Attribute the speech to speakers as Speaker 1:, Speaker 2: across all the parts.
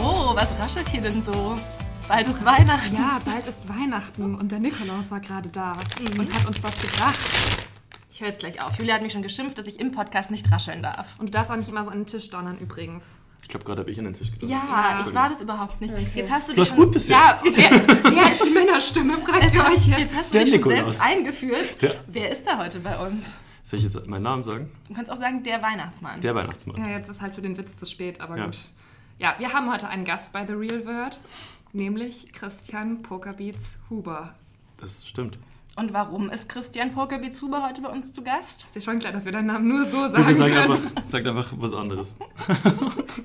Speaker 1: Oh, bin so, bald ist Weihnachten.
Speaker 2: Ja, bald ist Weihnachten und der Nikolaus war gerade da
Speaker 1: Mhm.
Speaker 2: und hat uns was gebracht.
Speaker 1: Ich höre jetzt gleich auf. Julia hat mich schon geschimpft, dass ich im Podcast nicht rascheln darf.
Speaker 2: Und du darfst auch nicht immer so an den Tisch donnern übrigens.
Speaker 3: Ich glaube, gerade habe ich an den Tisch gedacht.
Speaker 1: Ja, ich
Speaker 3: Entschuldigung.
Speaker 1: war das überhaupt nicht. Jetzt hast du
Speaker 3: Du
Speaker 1: dich
Speaker 3: hast gut
Speaker 1: schon,
Speaker 3: bisher.
Speaker 2: Ja, wer, wer ist die Männerstimme, fragt ihr
Speaker 1: jetzt
Speaker 2: euch jetzt.
Speaker 1: hast du
Speaker 3: Der
Speaker 1: dich schon
Speaker 3: Nikolaus.
Speaker 1: selbst eingeführt.
Speaker 3: Ja.
Speaker 1: Wer ist da heute bei uns?
Speaker 3: Soll ich jetzt meinen Namen sagen?
Speaker 1: Du kannst auch sagen, der Weihnachtsmann.
Speaker 3: Der Weihnachtsmann.
Speaker 2: Ja, jetzt ist halt für den Witz zu spät, aber
Speaker 3: Ja.
Speaker 2: gut. Ja, wir haben heute einen Gast bei The Real Word, nämlich Christian Pokerbeats Huber.
Speaker 3: Das stimmt.
Speaker 1: Und warum ist Christian Pokerbezuber heute bei uns zu Gast?
Speaker 2: Ist dir schon klar, dass wir deinen Namen nur so sagen
Speaker 3: Bitte sag
Speaker 2: können?
Speaker 3: einfach, sag einfach was anderes.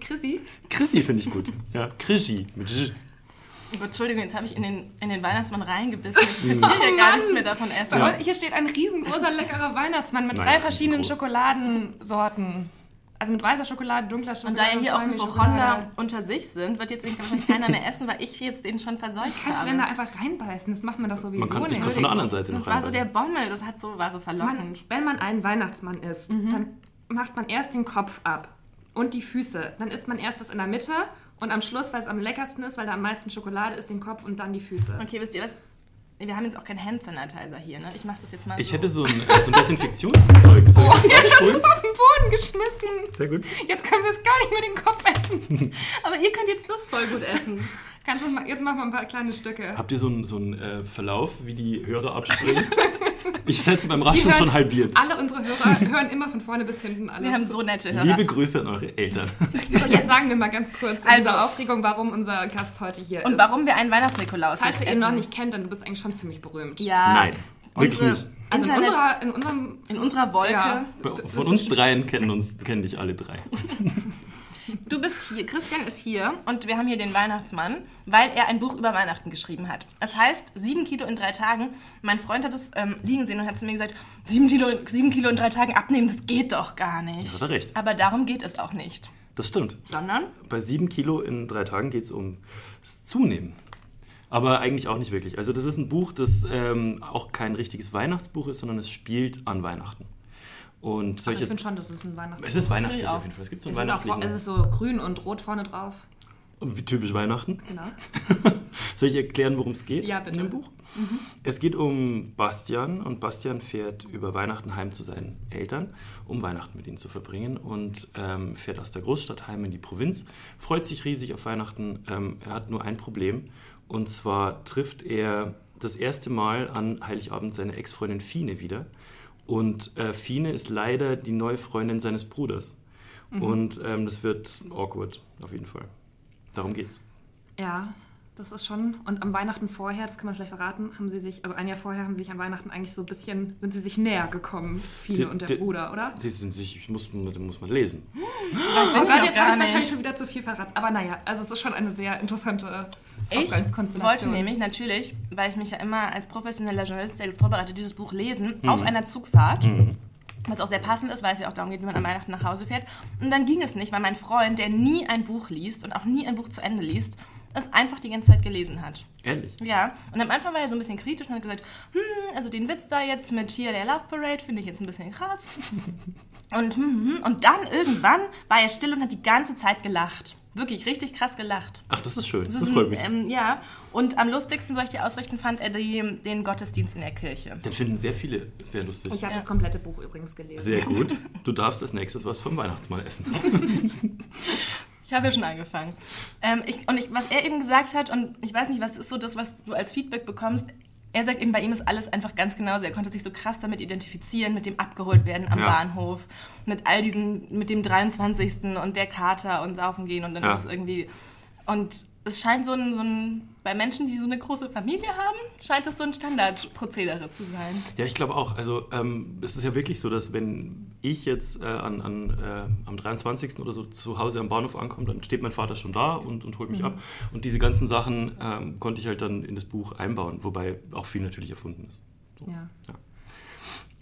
Speaker 2: Chrissy?
Speaker 3: Chrissy finde ich gut. Ja, Krischi. Mit J.
Speaker 1: Oh Entschuldigung, jetzt habe ich in den, in den Weihnachtsmann reingebissen. Jetzt könnt
Speaker 3: Mhm.
Speaker 1: ihr ja gar
Speaker 2: Mann.
Speaker 1: nichts mehr davon essen.
Speaker 2: Bei euch- Hier steht ein riesengroßer, leckerer Weihnachtsmann mit
Speaker 3: Nein,
Speaker 2: drei
Speaker 3: das ist
Speaker 2: verschiedenen
Speaker 3: groß.
Speaker 2: Schokoladensorten. Also mit weißer Schokolade, dunkler
Speaker 1: Und da
Speaker 2: Schokolade.
Speaker 1: ja hier auch Hypochonder
Speaker 2: Vollmilchschokolade.
Speaker 1: unter sich sind, wird jetzt wahrscheinlich keiner mehr essen, weil ich jetzt den schon verseucht
Speaker 2: Kannst du denn da
Speaker 1: habe.
Speaker 2: einfach reinbeißen? Das macht man doch sowieso
Speaker 3: Man kann, ich kann
Speaker 2: nicht.
Speaker 3: von der anderen Seite
Speaker 1: Das
Speaker 3: noch
Speaker 1: war so der
Speaker 3: rein.
Speaker 1: Bommel, das hat so, war so
Speaker 2: Man,
Speaker 1: verlockend.
Speaker 2: wenn man einen Weihnachtsmann isst,
Speaker 1: Mhm.
Speaker 2: dann macht man erst den Kopf ab und die Füße. Dann isst man erst das in der Mitte und am Schluss, weil es am leckersten ist, weil da am meisten Schokolade ist, den Kopf und dann die Füße.
Speaker 1: Okay, wisst ihr was? Wir haben jetzt auch keinen Hand-Sanitizer hier, ne? Ich mache das jetzt mal
Speaker 3: Ich
Speaker 1: so.
Speaker 3: hätte so ein, äh, so ein Desinfektionszeug. Soll
Speaker 2: Oh,
Speaker 3: ich
Speaker 2: ich
Speaker 3: das
Speaker 2: hab das
Speaker 3: absprühen?
Speaker 2: ist auf den Boden geschmissen.
Speaker 3: Sehr gut.
Speaker 2: Jetzt können wir es gar nicht mit dem Kopf essen.
Speaker 1: Aber ihr könnt jetzt das voll gut essen.
Speaker 2: Kannst du mal, jetzt machen wir ein paar kleine Stücke.
Speaker 3: Habt ihr so einen so einen, äh, Verlauf, wie die Hörer abspringen? ich schätze, beim Rascheln
Speaker 2: hören-
Speaker 3: schon halbiert.
Speaker 2: Alle unsere Hörer hören immer von vorne bis hinten alles.
Speaker 1: Wir haben so nette Hörer.
Speaker 3: Liebe Grüße an eure Eltern.
Speaker 2: so, jetzt sagen wir mal ganz kurz in
Speaker 1: Also-
Speaker 2: dieser Aufregung, warum unser Gast heute hier
Speaker 1: Und
Speaker 2: ist.
Speaker 1: warum wir einen Weihnachts-Nikolaus
Speaker 2: Falls ihr
Speaker 1: heute
Speaker 2: ihn noch
Speaker 1: essen.
Speaker 2: nicht kennt, dann du bist eigentlich schon ziemlich berühmt.
Speaker 1: Ja.
Speaker 3: Nein, wirklich
Speaker 1: Unsere
Speaker 3: nicht.
Speaker 2: Also in,
Speaker 1: Internet,
Speaker 2: unserer, in unserem
Speaker 1: in unserer Wolke.
Speaker 2: Ja.
Speaker 3: Bei- Von uns dreien kennen, uns, kennen dich alle drei.
Speaker 1: Du bist hier, Christian ist hier und wir haben hier den Weihnachtsmann, weil er ein Buch über Weihnachten geschrieben hat. Es heißt Sieben Kilo in drei Tagen. Mein Freund hat es ähm, liegen sehen und hat zu mir gesagt, sieben Kilo, sieben Kilo in drei Tagen abnehmen, das geht doch gar nicht.
Speaker 3: Da hat er recht.
Speaker 1: Aber darum geht es auch nicht.
Speaker 3: Das stimmt.
Speaker 1: Sondern?
Speaker 3: Bei sieben Kilo in drei Tagen geht es um das Zunehmen. Aber eigentlich auch nicht wirklich. Also das ist ein Buch, das ähm, auch kein richtiges Weihnachtsbuch ist, sondern es spielt an Weihnachten. Und
Speaker 2: also Ich
Speaker 3: solche,
Speaker 2: finde schon, das ist ein Weihnachten.
Speaker 3: es ist weihnachtlich
Speaker 1: auch.
Speaker 3: auf jeden Fall. Es gibt so
Speaker 2: Es
Speaker 3: einen
Speaker 2: ist, auch, vor- es
Speaker 3: weihnachtlichen,
Speaker 2: ist so grün und rot vorne drauf.
Speaker 3: wie typisch Weihnachten.
Speaker 2: Genau.
Speaker 3: Soll ich erklären, worum es geht
Speaker 2: Ja, bitte. Mhm.
Speaker 3: in dem Buch? Es geht um Bastian und Bastian fährt über Weihnachten heim zu seinen Eltern, um Weihnachten mit ihnen zu verbringen und ähm, fährt aus der Großstadt heim in die Provinz, freut sich riesig auf Weihnachten. Ähm, er hat nur ein Problem und zwar trifft er das erste Mal an Heiligabend seine Ex-Freundin Fine wieder und äh, Fine ist leider die neue Freundin seines Bruders
Speaker 2: Mhm.
Speaker 3: und ähm, das wird awkward auf jeden Fall. Darum geht's.
Speaker 2: Ja, das ist schon. Und am Weihnachten vorher, das kann man vielleicht verraten, haben sie sich, also ein Jahr vorher haben sie sich an Weihnachten eigentlich so ein bisschen, sind sie sich näher gekommen, Fine
Speaker 3: Die-
Speaker 2: und der
Speaker 3: die-
Speaker 2: Bruder, oder?
Speaker 3: Sie sind sich, ich muss, muss man lesen.
Speaker 2: Oh
Speaker 1: doch
Speaker 2: Gott, jetzt
Speaker 1: gar
Speaker 2: habe ich wahrscheinlich
Speaker 1: nicht.
Speaker 2: schon wieder zu viel verraten. Aber naja, also es ist schon eine sehr interessante
Speaker 1: Ich
Speaker 2: Ausgangskonstellation.
Speaker 1: wollte nämlich natürlich, weil ich mich ja immer als professioneller Journalist sehr gut vorbereite, dieses Buch lesen auf einer Zugfahrt. Was auch sehr passend ist, weil es ja auch darum geht, wie man am Weihnachten nach Hause fährt. Und dann ging es nicht, weil mein Freund, der nie ein Buch liest und auch nie ein Buch zu Ende liest, es einfach die ganze Zeit gelesen hat.
Speaker 3: Ehrlich.
Speaker 1: Ja, und am Anfang war er so ein bisschen kritisch und hat gesagt, hm, also den Witz da jetzt mit hier der Love Parade finde ich jetzt ein bisschen krass. Und, hm, hm. und dann irgendwann war er still und hat die ganze Zeit gelacht. Wirklich richtig krass gelacht.
Speaker 3: Ach, das ist schön.
Speaker 1: Das
Speaker 3: Das
Speaker 1: ist
Speaker 3: freut
Speaker 1: ein,
Speaker 3: mich.
Speaker 1: ähm, ja, und am lustigsten, soll ich dir ausrichten, fand er die, den Gottesdienst in der Kirche.
Speaker 3: Den finden sehr viele sehr lustig.
Speaker 2: Ich habe
Speaker 1: Ja.
Speaker 2: das komplette Buch übrigens gelesen.
Speaker 3: Sehr gut. Du darfst als nächstes was vom Weihnachtsmann essen.
Speaker 1: Ich habe ja schon angefangen. Ähm, ich, und ich, was er eben gesagt hat, und ich weiß nicht, was ist so das, was du als Feedback bekommst, er sagt eben, bei ihm ist alles einfach ganz genauso. Er konnte sich so krass damit identifizieren, mit dem abgeholt werden am
Speaker 3: Ja.
Speaker 1: Bahnhof, mit all diesen, mit dem 23. und der Kater und saufen gehen und dann
Speaker 3: Ja.
Speaker 1: ist es irgendwie... Und es scheint so ein, so ein... Bei Menschen, die so eine große Familie haben, scheint das so ein Standardprozedere zu sein.
Speaker 3: Ja, ich glaube auch. Also ähm, es ist ja wirklich so, dass wenn ich jetzt äh, an, an, äh, am 23. oder so zu Hause am Bahnhof ankomme, dann steht mein Vater schon da und, und holt
Speaker 1: Mhm.
Speaker 3: mich ab. Und diese ganzen Sachen ähm, konnte ich halt dann in das Buch einbauen, wobei auch viel natürlich erfunden ist.
Speaker 2: Ja.
Speaker 3: Ja.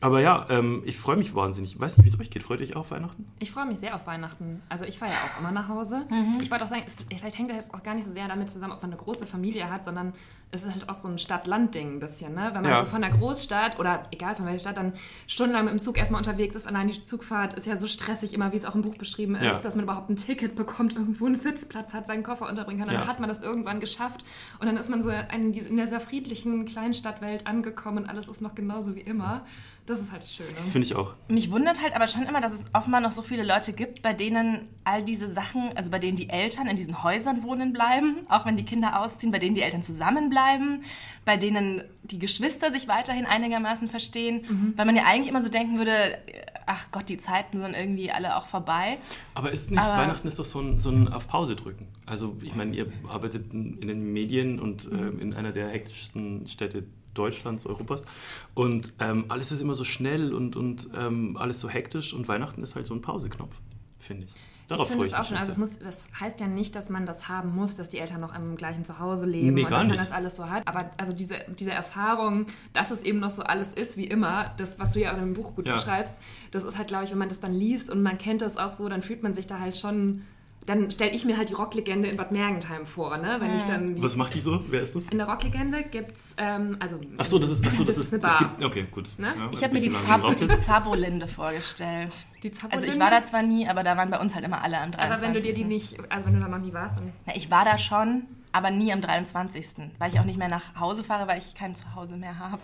Speaker 3: Aber ja, ähm, ich freue mich wahnsinnig. Ich weiß nicht, wie es euch geht. Freut ihr euch auch auf Weihnachten?
Speaker 2: Ich freue mich sehr auf Weihnachten. Also ich fahre ja auch immer nach Hause. Ich wollte auch sagen, es, vielleicht hängt das auch gar nicht so sehr damit zusammen, ob man eine große Familie hat, sondern es ist halt auch so ein Stadt-Land-Ding ein bisschen. Ne? Wenn man
Speaker 3: Ja.
Speaker 2: so von der Großstadt oder egal von welcher Stadt dann stundenlang mit dem Zug erstmal unterwegs ist, allein die Zugfahrt ist ja so stressig immer, wie es auch im Buch beschrieben ist,
Speaker 3: Ja.
Speaker 2: dass man überhaupt ein Ticket bekommt, irgendwo einen Sitzplatz hat, seinen Koffer unterbringen kann. Und
Speaker 3: Ja.
Speaker 2: dann hat man das irgendwann geschafft und dann ist man so in, in dieser friedlichen Kleinstadtwelt angekommen und alles ist noch genauso wie immer. Das ist halt das Schöne.
Speaker 3: Das finde ich auch.
Speaker 1: Mich wundert halt aber schon immer, dass es offenbar noch so viele Leute gibt, bei denen all diese Sachen, also bei denen die Eltern in diesen Häusern wohnen bleiben, auch wenn die Kinder ausziehen, bei denen die Eltern zusammenbleiben, bei denen die Geschwister sich weiterhin einigermaßen verstehen,
Speaker 2: Mhm.
Speaker 1: weil man ja eigentlich immer so denken würde, ach Gott, die Zeiten sind irgendwie alle auch vorbei.
Speaker 3: Aber ist nicht,
Speaker 1: Aber-
Speaker 3: Weihnachten ist doch so ein, so ein auf Pause drücken. Also ich meine, ihr arbeitet in in den Medien und
Speaker 2: Mhm.
Speaker 3: ähm, in einer der hektischsten Städte Deutschlands, Europas. Und ähm, alles ist immer so schnell und, und ähm, alles so hektisch. Und Weihnachten ist halt so ein Pauseknopf, finde ich. Darauf
Speaker 2: ich finde
Speaker 3: freue ich
Speaker 2: es auch
Speaker 3: mich.
Speaker 2: schon.
Speaker 3: jetzt
Speaker 2: Also es
Speaker 3: sehr.
Speaker 2: muss, das heißt ja nicht, dass man das haben muss, dass die Eltern noch im gleichen Zuhause leben
Speaker 3: Nee,
Speaker 2: und
Speaker 3: gar
Speaker 2: dass man
Speaker 3: nicht.
Speaker 2: das alles so hat. Aber also diese, diese Erfahrung, dass es eben noch so alles ist wie immer, das, was du ja auch im Buch gut
Speaker 3: Ja.
Speaker 2: beschreibst, das ist halt, glaube ich, wenn man das dann liest und man kennt das auch so, dann fühlt man sich da halt schon. Dann stelle ich mir halt die Rocklegende in Bad Mergentheim vor, ne? Wenn ich dann die
Speaker 3: Was macht die so? Wer ist das?
Speaker 2: in der Rocklegende gibt's ähm, also
Speaker 3: Ach so, das ist, ach so, das, ist,
Speaker 2: eine
Speaker 3: Es
Speaker 2: Bar.
Speaker 3: gibt, okay, gut.
Speaker 2: Ne?
Speaker 1: Ich habe mir die Zab Zabolinde vorgestellt.
Speaker 2: Die
Speaker 1: Also ich
Speaker 2: Zabolinde?
Speaker 1: war da zwar nie, aber da waren bei uns halt immer alle am 23.
Speaker 2: aber wenn du dir die nicht, also wenn du da noch nie warst, dann
Speaker 1: Na, ich war da schon, aber nie am 23., weil ich auch nicht mehr nach Hause fahre, weil ich kein Zuhause mehr habe.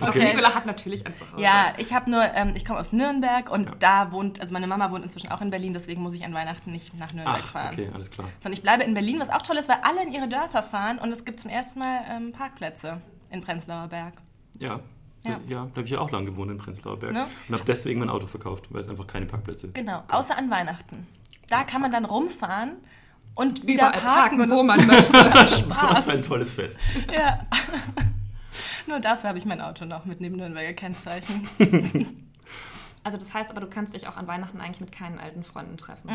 Speaker 2: Doch,
Speaker 1: Okay.
Speaker 2: Nicola hat natürlich ein Zuhause.
Speaker 1: Ja, ich habe nur, ähm, ich komme aus Nürnberg und da wohnt, also meine Mama wohnt inzwischen auch in Berlin, deswegen muss ich an Weihnachten nicht nach Nürnberg
Speaker 3: Ach,
Speaker 1: fahren.
Speaker 3: okay, alles klar.
Speaker 1: Sondern ich bleibe in Berlin, was auch toll ist, weil alle in ihre Dörfer fahren und es gibt zum ersten Mal ähm, Parkplätze in Prenzlauer Berg.
Speaker 3: Ja.
Speaker 1: Ja.
Speaker 3: Ja, da habe ich ja auch lange gewohnt in Prenzlauer Berg
Speaker 1: Ne?
Speaker 3: und habe deswegen mein Auto verkauft, weil es einfach keine Parkplätze
Speaker 1: Genau, außer an Weihnachten. Da kann man dann rumfahren und wieder
Speaker 2: Überall
Speaker 1: parken.
Speaker 2: parken,
Speaker 1: und
Speaker 2: wo
Speaker 1: das-
Speaker 2: man möchte.
Speaker 3: Was für ein tolles Fest.
Speaker 1: Ja. Nur dafür habe ich mein Auto noch mit neben Nürnberger Kennzeichen.
Speaker 2: Also das heißt aber, du kannst dich auch an Weihnachten eigentlich mit keinen alten Freunden treffen.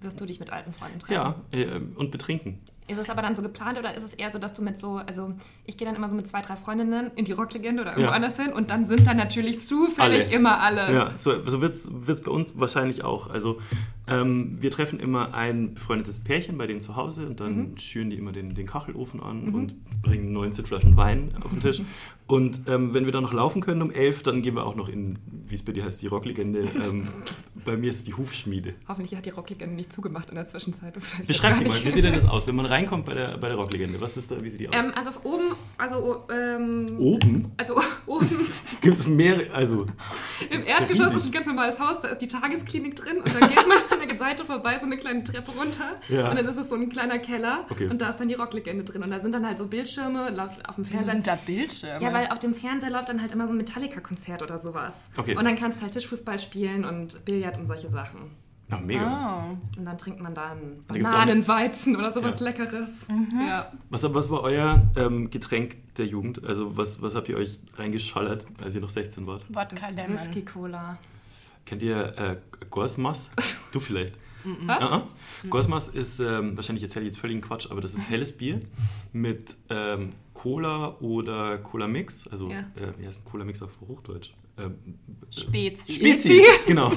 Speaker 2: Wirst du dich mit alten Freunden treffen?
Speaker 3: Ja, äh, und betrinken.
Speaker 2: Ist es aber dann so geplant oder ist es eher so, dass du mit so, also ich gehe dann immer so mit zwei, drei Freundinnen in die Rocklegende oder irgendwo
Speaker 3: Ja.
Speaker 2: anders hin und dann sind dann natürlich zufällig
Speaker 3: Alle.
Speaker 2: immer alle.
Speaker 3: Ja, so, so wird es bei uns wahrscheinlich auch. Also ähm, wir treffen immer ein befreundetes Pärchen bei denen zu Hause und dann schüren die immer den, den Kachelofen an und bringen 19 Flaschen Wein auf den Tisch. Und ähm, wenn wir dann noch laufen können um 11, dann gehen wir auch noch in, wie es bei dir heißt, die Rocklegende. Ähm, bei mir ist es die Hufschmiede.
Speaker 2: Hoffentlich hat die Rocklegende nicht zugemacht in der Zwischenzeit. Das weiß ich
Speaker 3: Beschreib
Speaker 2: gar
Speaker 3: die mal,
Speaker 2: nicht.
Speaker 3: wie sieht denn das aus, wenn man reinkommt bei der, bei der Rocklegende? Was ist da, wie sieht die aus?
Speaker 2: Ähm, also auf oben, also ähm,
Speaker 3: Oben
Speaker 2: also oben
Speaker 3: gibt es mehrere, also
Speaker 2: im Erdgeschoss ist
Speaker 3: riesig.
Speaker 2: ein ganz normales Haus, da ist die Tagesklinik drin und dann geht man an der Seite vorbei, so eine kleine Treppe runter
Speaker 3: Ja.
Speaker 2: und dann ist es so ein kleiner Keller
Speaker 3: Okay.
Speaker 2: und da ist dann die Rocklegende drin und da sind dann halt so Bildschirme läuft auf dem
Speaker 1: Wieso
Speaker 2: Fernseher.
Speaker 1: sind da Bildschirme?
Speaker 2: Ja, weil auf dem Fernseher läuft dann halt immer so ein Metallica-Konzert oder sowas.
Speaker 3: Okay.
Speaker 2: Und dann kannst du halt Tischfußball spielen und Billard und solche Sachen.
Speaker 3: na, mega.
Speaker 1: oh.
Speaker 2: Und dann trinkt man da einen
Speaker 3: Da gibt's auch-
Speaker 2: Bananenweizen oder sowas
Speaker 3: Ja.
Speaker 2: Leckeres.
Speaker 1: Mhm.
Speaker 2: Ja.
Speaker 3: Was, was war euer ähm, Getränk der Jugend? Also was, was habt ihr euch reingeschallert, als ihr noch 16 wart?
Speaker 1: Wodka Lemon.
Speaker 2: Whisky-Cola.
Speaker 3: Kennt ihr äh, Gorsmas? Du vielleicht.
Speaker 1: Mhm.
Speaker 2: Was?
Speaker 3: Aha. Gorsmas ist, ähm, wahrscheinlich erzähle ich jetzt völligen Quatsch, aber das ist helles Bier mit ähm, Cola oder Cola Mix. Also,
Speaker 2: Ja.
Speaker 3: äh, wie heißt ein Cola Mix auf Hochdeutsch? Ähm,
Speaker 1: Spezi.
Speaker 3: Spezi, genau.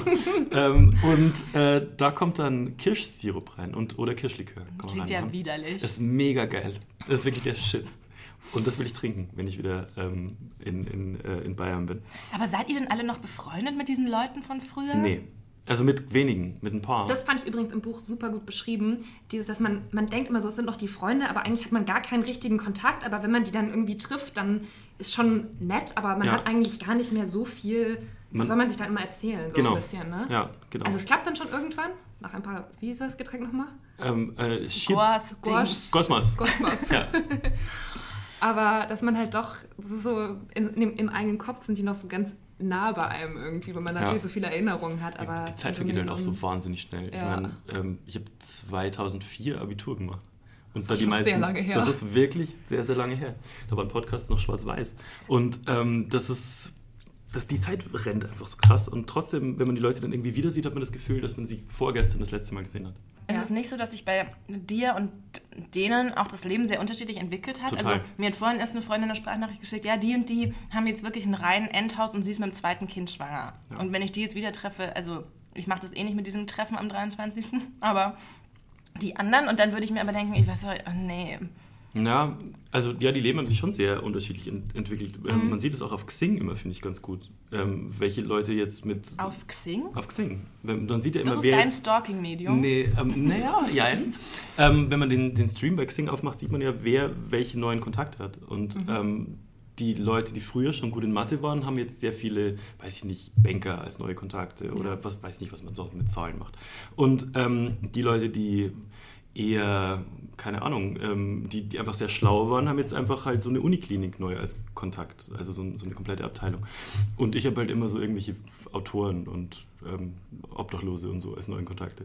Speaker 3: ähm, und äh, da kommt dann Kirschsirup rein und, oder Kirschlikör. kann man
Speaker 1: Klingt ja
Speaker 3: reinmachen.
Speaker 1: widerlich.
Speaker 3: Das ist mega geil. Das ist wirklich der Shit. Und das will ich trinken, wenn ich wieder ähm, in, in, äh, in Bayern bin.
Speaker 1: Aber seid ihr denn alle noch befreundet mit diesen Leuten von früher?
Speaker 3: Nee. Also mit wenigen, mit ein paar.
Speaker 2: Das fand ich übrigens im Buch super gut beschrieben. Dieses, dass man, man denkt immer so, es sind noch die Freunde, aber eigentlich hat man gar keinen richtigen Kontakt. Aber wenn man die dann irgendwie trifft, dann ist schon nett, aber man
Speaker 3: Ja.
Speaker 2: hat eigentlich gar nicht mehr so viel.
Speaker 3: Man-
Speaker 2: Was soll man sich dann immer erzählen? So
Speaker 3: genau.
Speaker 2: ein bisschen, ne?
Speaker 3: Ja, genau.
Speaker 2: Also es klappt dann schon irgendwann, nach ein paar, wie ist das Getränk nochmal?
Speaker 3: ähm, äh, Schi-
Speaker 1: Gorsting.
Speaker 2: Gorsch.
Speaker 3: Gosmas.
Speaker 2: Gosmas.
Speaker 3: Ja.
Speaker 2: Aber dass man halt doch so in, in, dem- im eigenen Kopf sind die noch so ganz nah bei einem irgendwie, weil man
Speaker 3: Ja.
Speaker 2: natürlich so viele Erinnerungen hat. Aber
Speaker 3: Die Zeit vergeht halt auch so wahnsinnig schnell.
Speaker 2: Ja.
Speaker 3: Ich meine, ähm, ich habe 2004 Abitur gemacht. Und da die
Speaker 2: schon
Speaker 3: meisten,
Speaker 2: sehr lange her.
Speaker 3: Das ist wirklich sehr, sehr lange her. Da waren Podcasts noch schwarz-weiß. Und ähm, das ist, das, die Zeit rennt einfach so krass. Und trotzdem, wenn man die Leute dann irgendwie wieder sieht, hat man das Gefühl, dass man sie vorgestern das letzte Mal gesehen hat.
Speaker 1: Ist
Speaker 2: Ja.
Speaker 1: es nicht so, dass sich bei dir und denen auch das Leben sehr unterschiedlich entwickelt hat?
Speaker 3: Total.
Speaker 1: Also mir hat vorhin erst eine Freundin eine Sprachnachricht geschickt, ja, die und die haben jetzt wirklich einen reinen Endhaus und sie ist mit dem zweiten Kind schwanger.
Speaker 3: Ja.
Speaker 1: Und wenn ich die jetzt wieder treffe, also ich mache das eh nicht mit diesem Treffen am 23., aber die anderen und dann würde ich mir aber denken, ich weiß, oh nee,
Speaker 3: Ja, also ja, die Leben haben sich schon sehr unterschiedlich ent entwickelt. Ähm, man sieht es auch auf Xing immer, finde ich ganz gut. Ähm, welche Leute jetzt mit.
Speaker 1: auf Xing?
Speaker 3: auf Xing. Wenn- Dann sieht ja immer,
Speaker 1: Das ist
Speaker 3: wer
Speaker 1: dein
Speaker 3: jetzt.
Speaker 1: Stalking-Medium.
Speaker 3: Nee, ähm, naja, jein. ähm, wenn man den, den Stream bei Xing aufmacht, sieht man ja, wer welchen neuen Kontakt hat. Und ähm, die Leute, die früher schon gut in Mathe waren, haben jetzt sehr viele, weiß ich nicht, Banker als neue Kontakte oder was weiß nicht, was man so mit Zahlen macht. Und ähm, die Leute, die eher, keine Ahnung, ähm, die, die einfach sehr schlau waren, haben jetzt einfach halt so eine Uniklinik neu als Kontakt, also so, ein- so eine komplette Abteilung. Und ich habe halt immer so irgendwelche Autoren und ähm, Obdachlose und so als neuen Kontakte.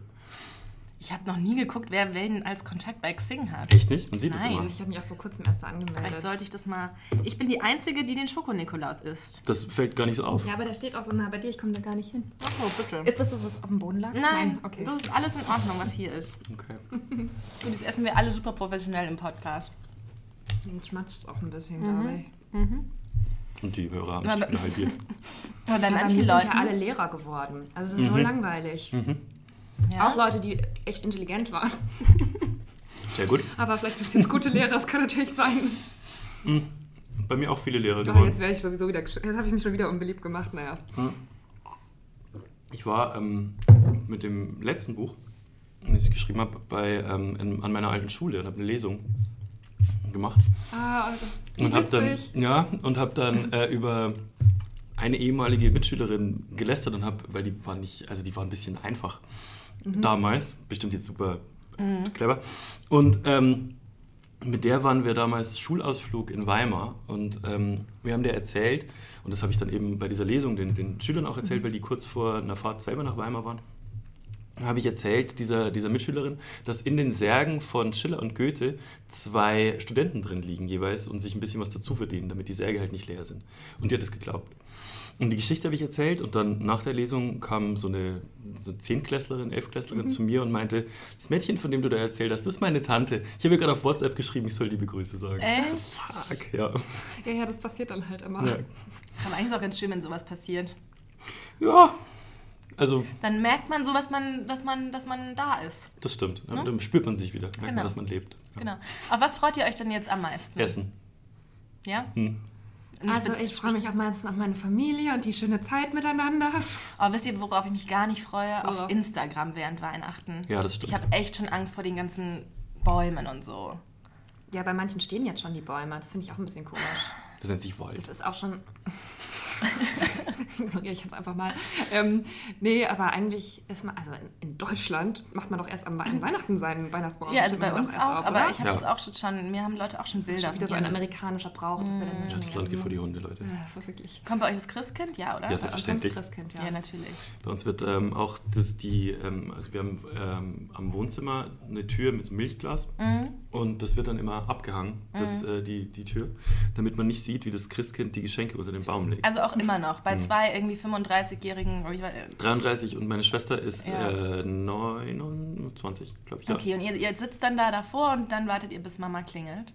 Speaker 1: Ich habe noch nie geguckt, wer wen als Kontakt bei Xing hat.
Speaker 3: Echt nicht? Man sieht es
Speaker 1: Nein.
Speaker 3: immer.
Speaker 2: Ich habe mich auch vor kurzem erst da angemeldet.
Speaker 1: Vielleicht sollte ich das mal. Ich bin die Einzige, die den Schoko-Nikolaus isst.
Speaker 3: Das fällt gar nicht so auf.
Speaker 2: ja, aber der steht auch so nah bei dir, ich komme da gar nicht hin.
Speaker 1: Oh, bitte.
Speaker 2: Ist das so, was auf dem Boden lag?
Speaker 1: Nein,
Speaker 2: okay.
Speaker 1: das ist alles in Ordnung, was hier ist.
Speaker 3: Okay.
Speaker 1: Und das essen wir alle super professionell im Podcast.
Speaker 2: Dann Hm, schmatzt auch ein bisschen,
Speaker 1: Mhm.
Speaker 2: glaube ich.
Speaker 3: Und die Hörer haben
Speaker 1: Na,
Speaker 3: sich
Speaker 1: aber-
Speaker 3: wieder halbiert.
Speaker 1: Aber bei
Speaker 2: Ja, aber
Speaker 1: manchen
Speaker 2: wir sind
Speaker 1: Leuten.
Speaker 2: ja alle Lehrer geworden. Also es ist so
Speaker 3: Mhm.
Speaker 2: langweilig.
Speaker 1: Ja.
Speaker 2: Auch Leute, die echt intelligent waren.
Speaker 3: Sehr gut.
Speaker 2: Aber vielleicht sind es jetzt gute Lehrer, das kann natürlich sein.
Speaker 3: Bei mir auch viele Lehrer
Speaker 2: Doch,
Speaker 3: geworden.
Speaker 2: jetzt wäre ich sowieso wieder. gesch- Jetzt habe ich mich schon wieder unbeliebt gemacht, naja.
Speaker 3: Ich war ähm, mit dem letzten Buch, das ich geschrieben habe, bei, ähm, in, an meiner alten Schule und habe eine Lesung gemacht.
Speaker 2: Ah, also,
Speaker 3: Und habe dann,
Speaker 2: witzig.
Speaker 3: ja, und hab dann äh, über eine ehemalige Mitschülerin gelästert und habe, weil die war nicht, also die war ein bisschen einfach damals, bestimmt jetzt super clever. Und ähm, mit der waren wir damals Schulausflug in Weimar und ähm, wir haben der erzählt, und das habe ich dann eben bei dieser Lesung den, den Schülern auch erzählt, weil die kurz vor einer Fahrt selber nach Weimar waren habe ich erzählt, dieser, dieser Mitschülerin, dass in den Särgen von Schiller und Goethe zwei Studenten drin liegen jeweils und sich ein bisschen was dazu verdienen, damit die Särge halt nicht leer sind. Und die hat es geglaubt. Und die Geschichte habe ich erzählt und dann nach der Lesung kam so eine so Zehntklässlerin,
Speaker 1: Mhm.
Speaker 3: Elfklässlerin zu mir und meinte, das Mädchen, von dem du da erzählt hast, das ist meine Tante. Ich habe ihr gerade auf WhatsApp geschrieben, ich soll liebe Grüße sagen.
Speaker 1: Echt?
Speaker 3: Fuck, ja.
Speaker 2: Ja, ja, das passiert dann halt immer.
Speaker 3: ja.
Speaker 1: Aber eigentlich ist es auch ganz schön, wenn sowas passiert.
Speaker 3: Ja, also
Speaker 1: Dann merkt man so, dass man, dass man, dass man da ist.
Speaker 3: das stimmt. Dann spürt man sich wieder,
Speaker 1: Ne?
Speaker 3: merkt man,
Speaker 1: Genau.
Speaker 3: dass man lebt. Ja.
Speaker 1: Genau. Aber was freut ihr euch denn jetzt am meisten?
Speaker 3: Essen.
Speaker 1: Ja?
Speaker 3: Hm.
Speaker 1: Und
Speaker 2: Also
Speaker 1: bin's-
Speaker 2: ich freue mich am meisten auf meine Familie und die schöne Zeit miteinander.
Speaker 1: Aber wisst ihr, worauf ich mich gar nicht freue? Auf
Speaker 2: Worauf?
Speaker 1: Instagram während Weihnachten.
Speaker 3: Ja, das stimmt.
Speaker 1: Ich habe echt schon Angst vor den ganzen Bäumen und so.
Speaker 2: Ja, bei manchen stehen jetzt schon die Bäume. Das finde ich auch ein bisschen komisch.
Speaker 3: Das nennt sich Wald.
Speaker 2: Das ist auch schon. Ignoriere ich jetzt einfach mal. Ähm, nee, aber eigentlich ist man, also in, in Deutschland macht man doch erst am We an Weihnachten seinen Weihnachtsbaum.
Speaker 1: Ja, also
Speaker 2: Stimmt
Speaker 1: bei
Speaker 2: man doch
Speaker 1: uns auch,
Speaker 2: erst auf,
Speaker 1: aber
Speaker 2: oder?
Speaker 1: ich habe
Speaker 3: Ja.
Speaker 1: das auch schon, schon, mir haben Leute auch schon
Speaker 2: das ist
Speaker 1: Bilder.
Speaker 2: schon wieder so
Speaker 1: von Mm.
Speaker 2: ein
Speaker 1: ihren-
Speaker 2: amerikanischer Brauch. Dass der dann
Speaker 3: Ja, das Land geht vor die Hunde, Leute.
Speaker 2: Ja, das war wirklich.
Speaker 1: Kommt bei euch das Christkind? Ja, oder?
Speaker 3: Ja, sehr- Selbstverständlich.
Speaker 2: Das Christkind, ja.
Speaker 1: Ja, natürlich.
Speaker 3: Bei uns wird ähm, auch das die, ähm, also wir haben ähm, am Wohnzimmer eine Tür mit so einem Milchglas und das wird dann immer abgehangen, das, äh, die, die Tür, damit man nicht sieht, wie das Christkind die Geschenke unter den Baum legt.
Speaker 1: Also auch immer noch, bei
Speaker 3: Mhm.
Speaker 1: zwei irgendwie 35-Jährigen. oder ich äh, weiß-
Speaker 3: 33 und meine Schwester ist
Speaker 1: Ja.
Speaker 3: äh, 29, glaube ich. Ja.
Speaker 1: Okay, und ihr, ihr sitzt dann da davor und dann wartet ihr, bis Mama klingelt.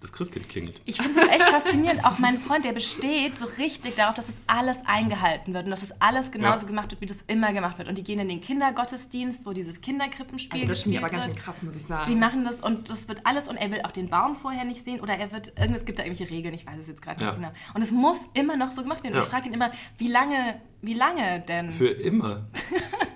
Speaker 3: Das Christkind klingelt.
Speaker 1: Ich finde das echt faszinierend. Auch mein Freund, der besteht so richtig darauf, dass das alles eingehalten wird und dass das alles genauso
Speaker 3: Ja.
Speaker 1: gemacht wird, wie das immer gemacht wird. Und die gehen in den Kindergottesdienst, wo dieses Kinderkrippenspiel
Speaker 2: Also das finde ich aber
Speaker 1: gespielt
Speaker 2: ganz schön
Speaker 1: wird.
Speaker 2: krass, muss ich
Speaker 1: Die
Speaker 2: sagen.
Speaker 1: machen das und das wird alles und er will auch den Baum vorher nicht sehen oder er wird, irgendwas gibt da irgendwelche Regeln, ich weiß es jetzt gerade
Speaker 3: Ja.
Speaker 1: nicht genau. Und es muss immer noch so gemacht werden. Und
Speaker 3: Ja.
Speaker 1: Ich frage ihn immer, wie lange, wie lange denn?
Speaker 3: Für immer.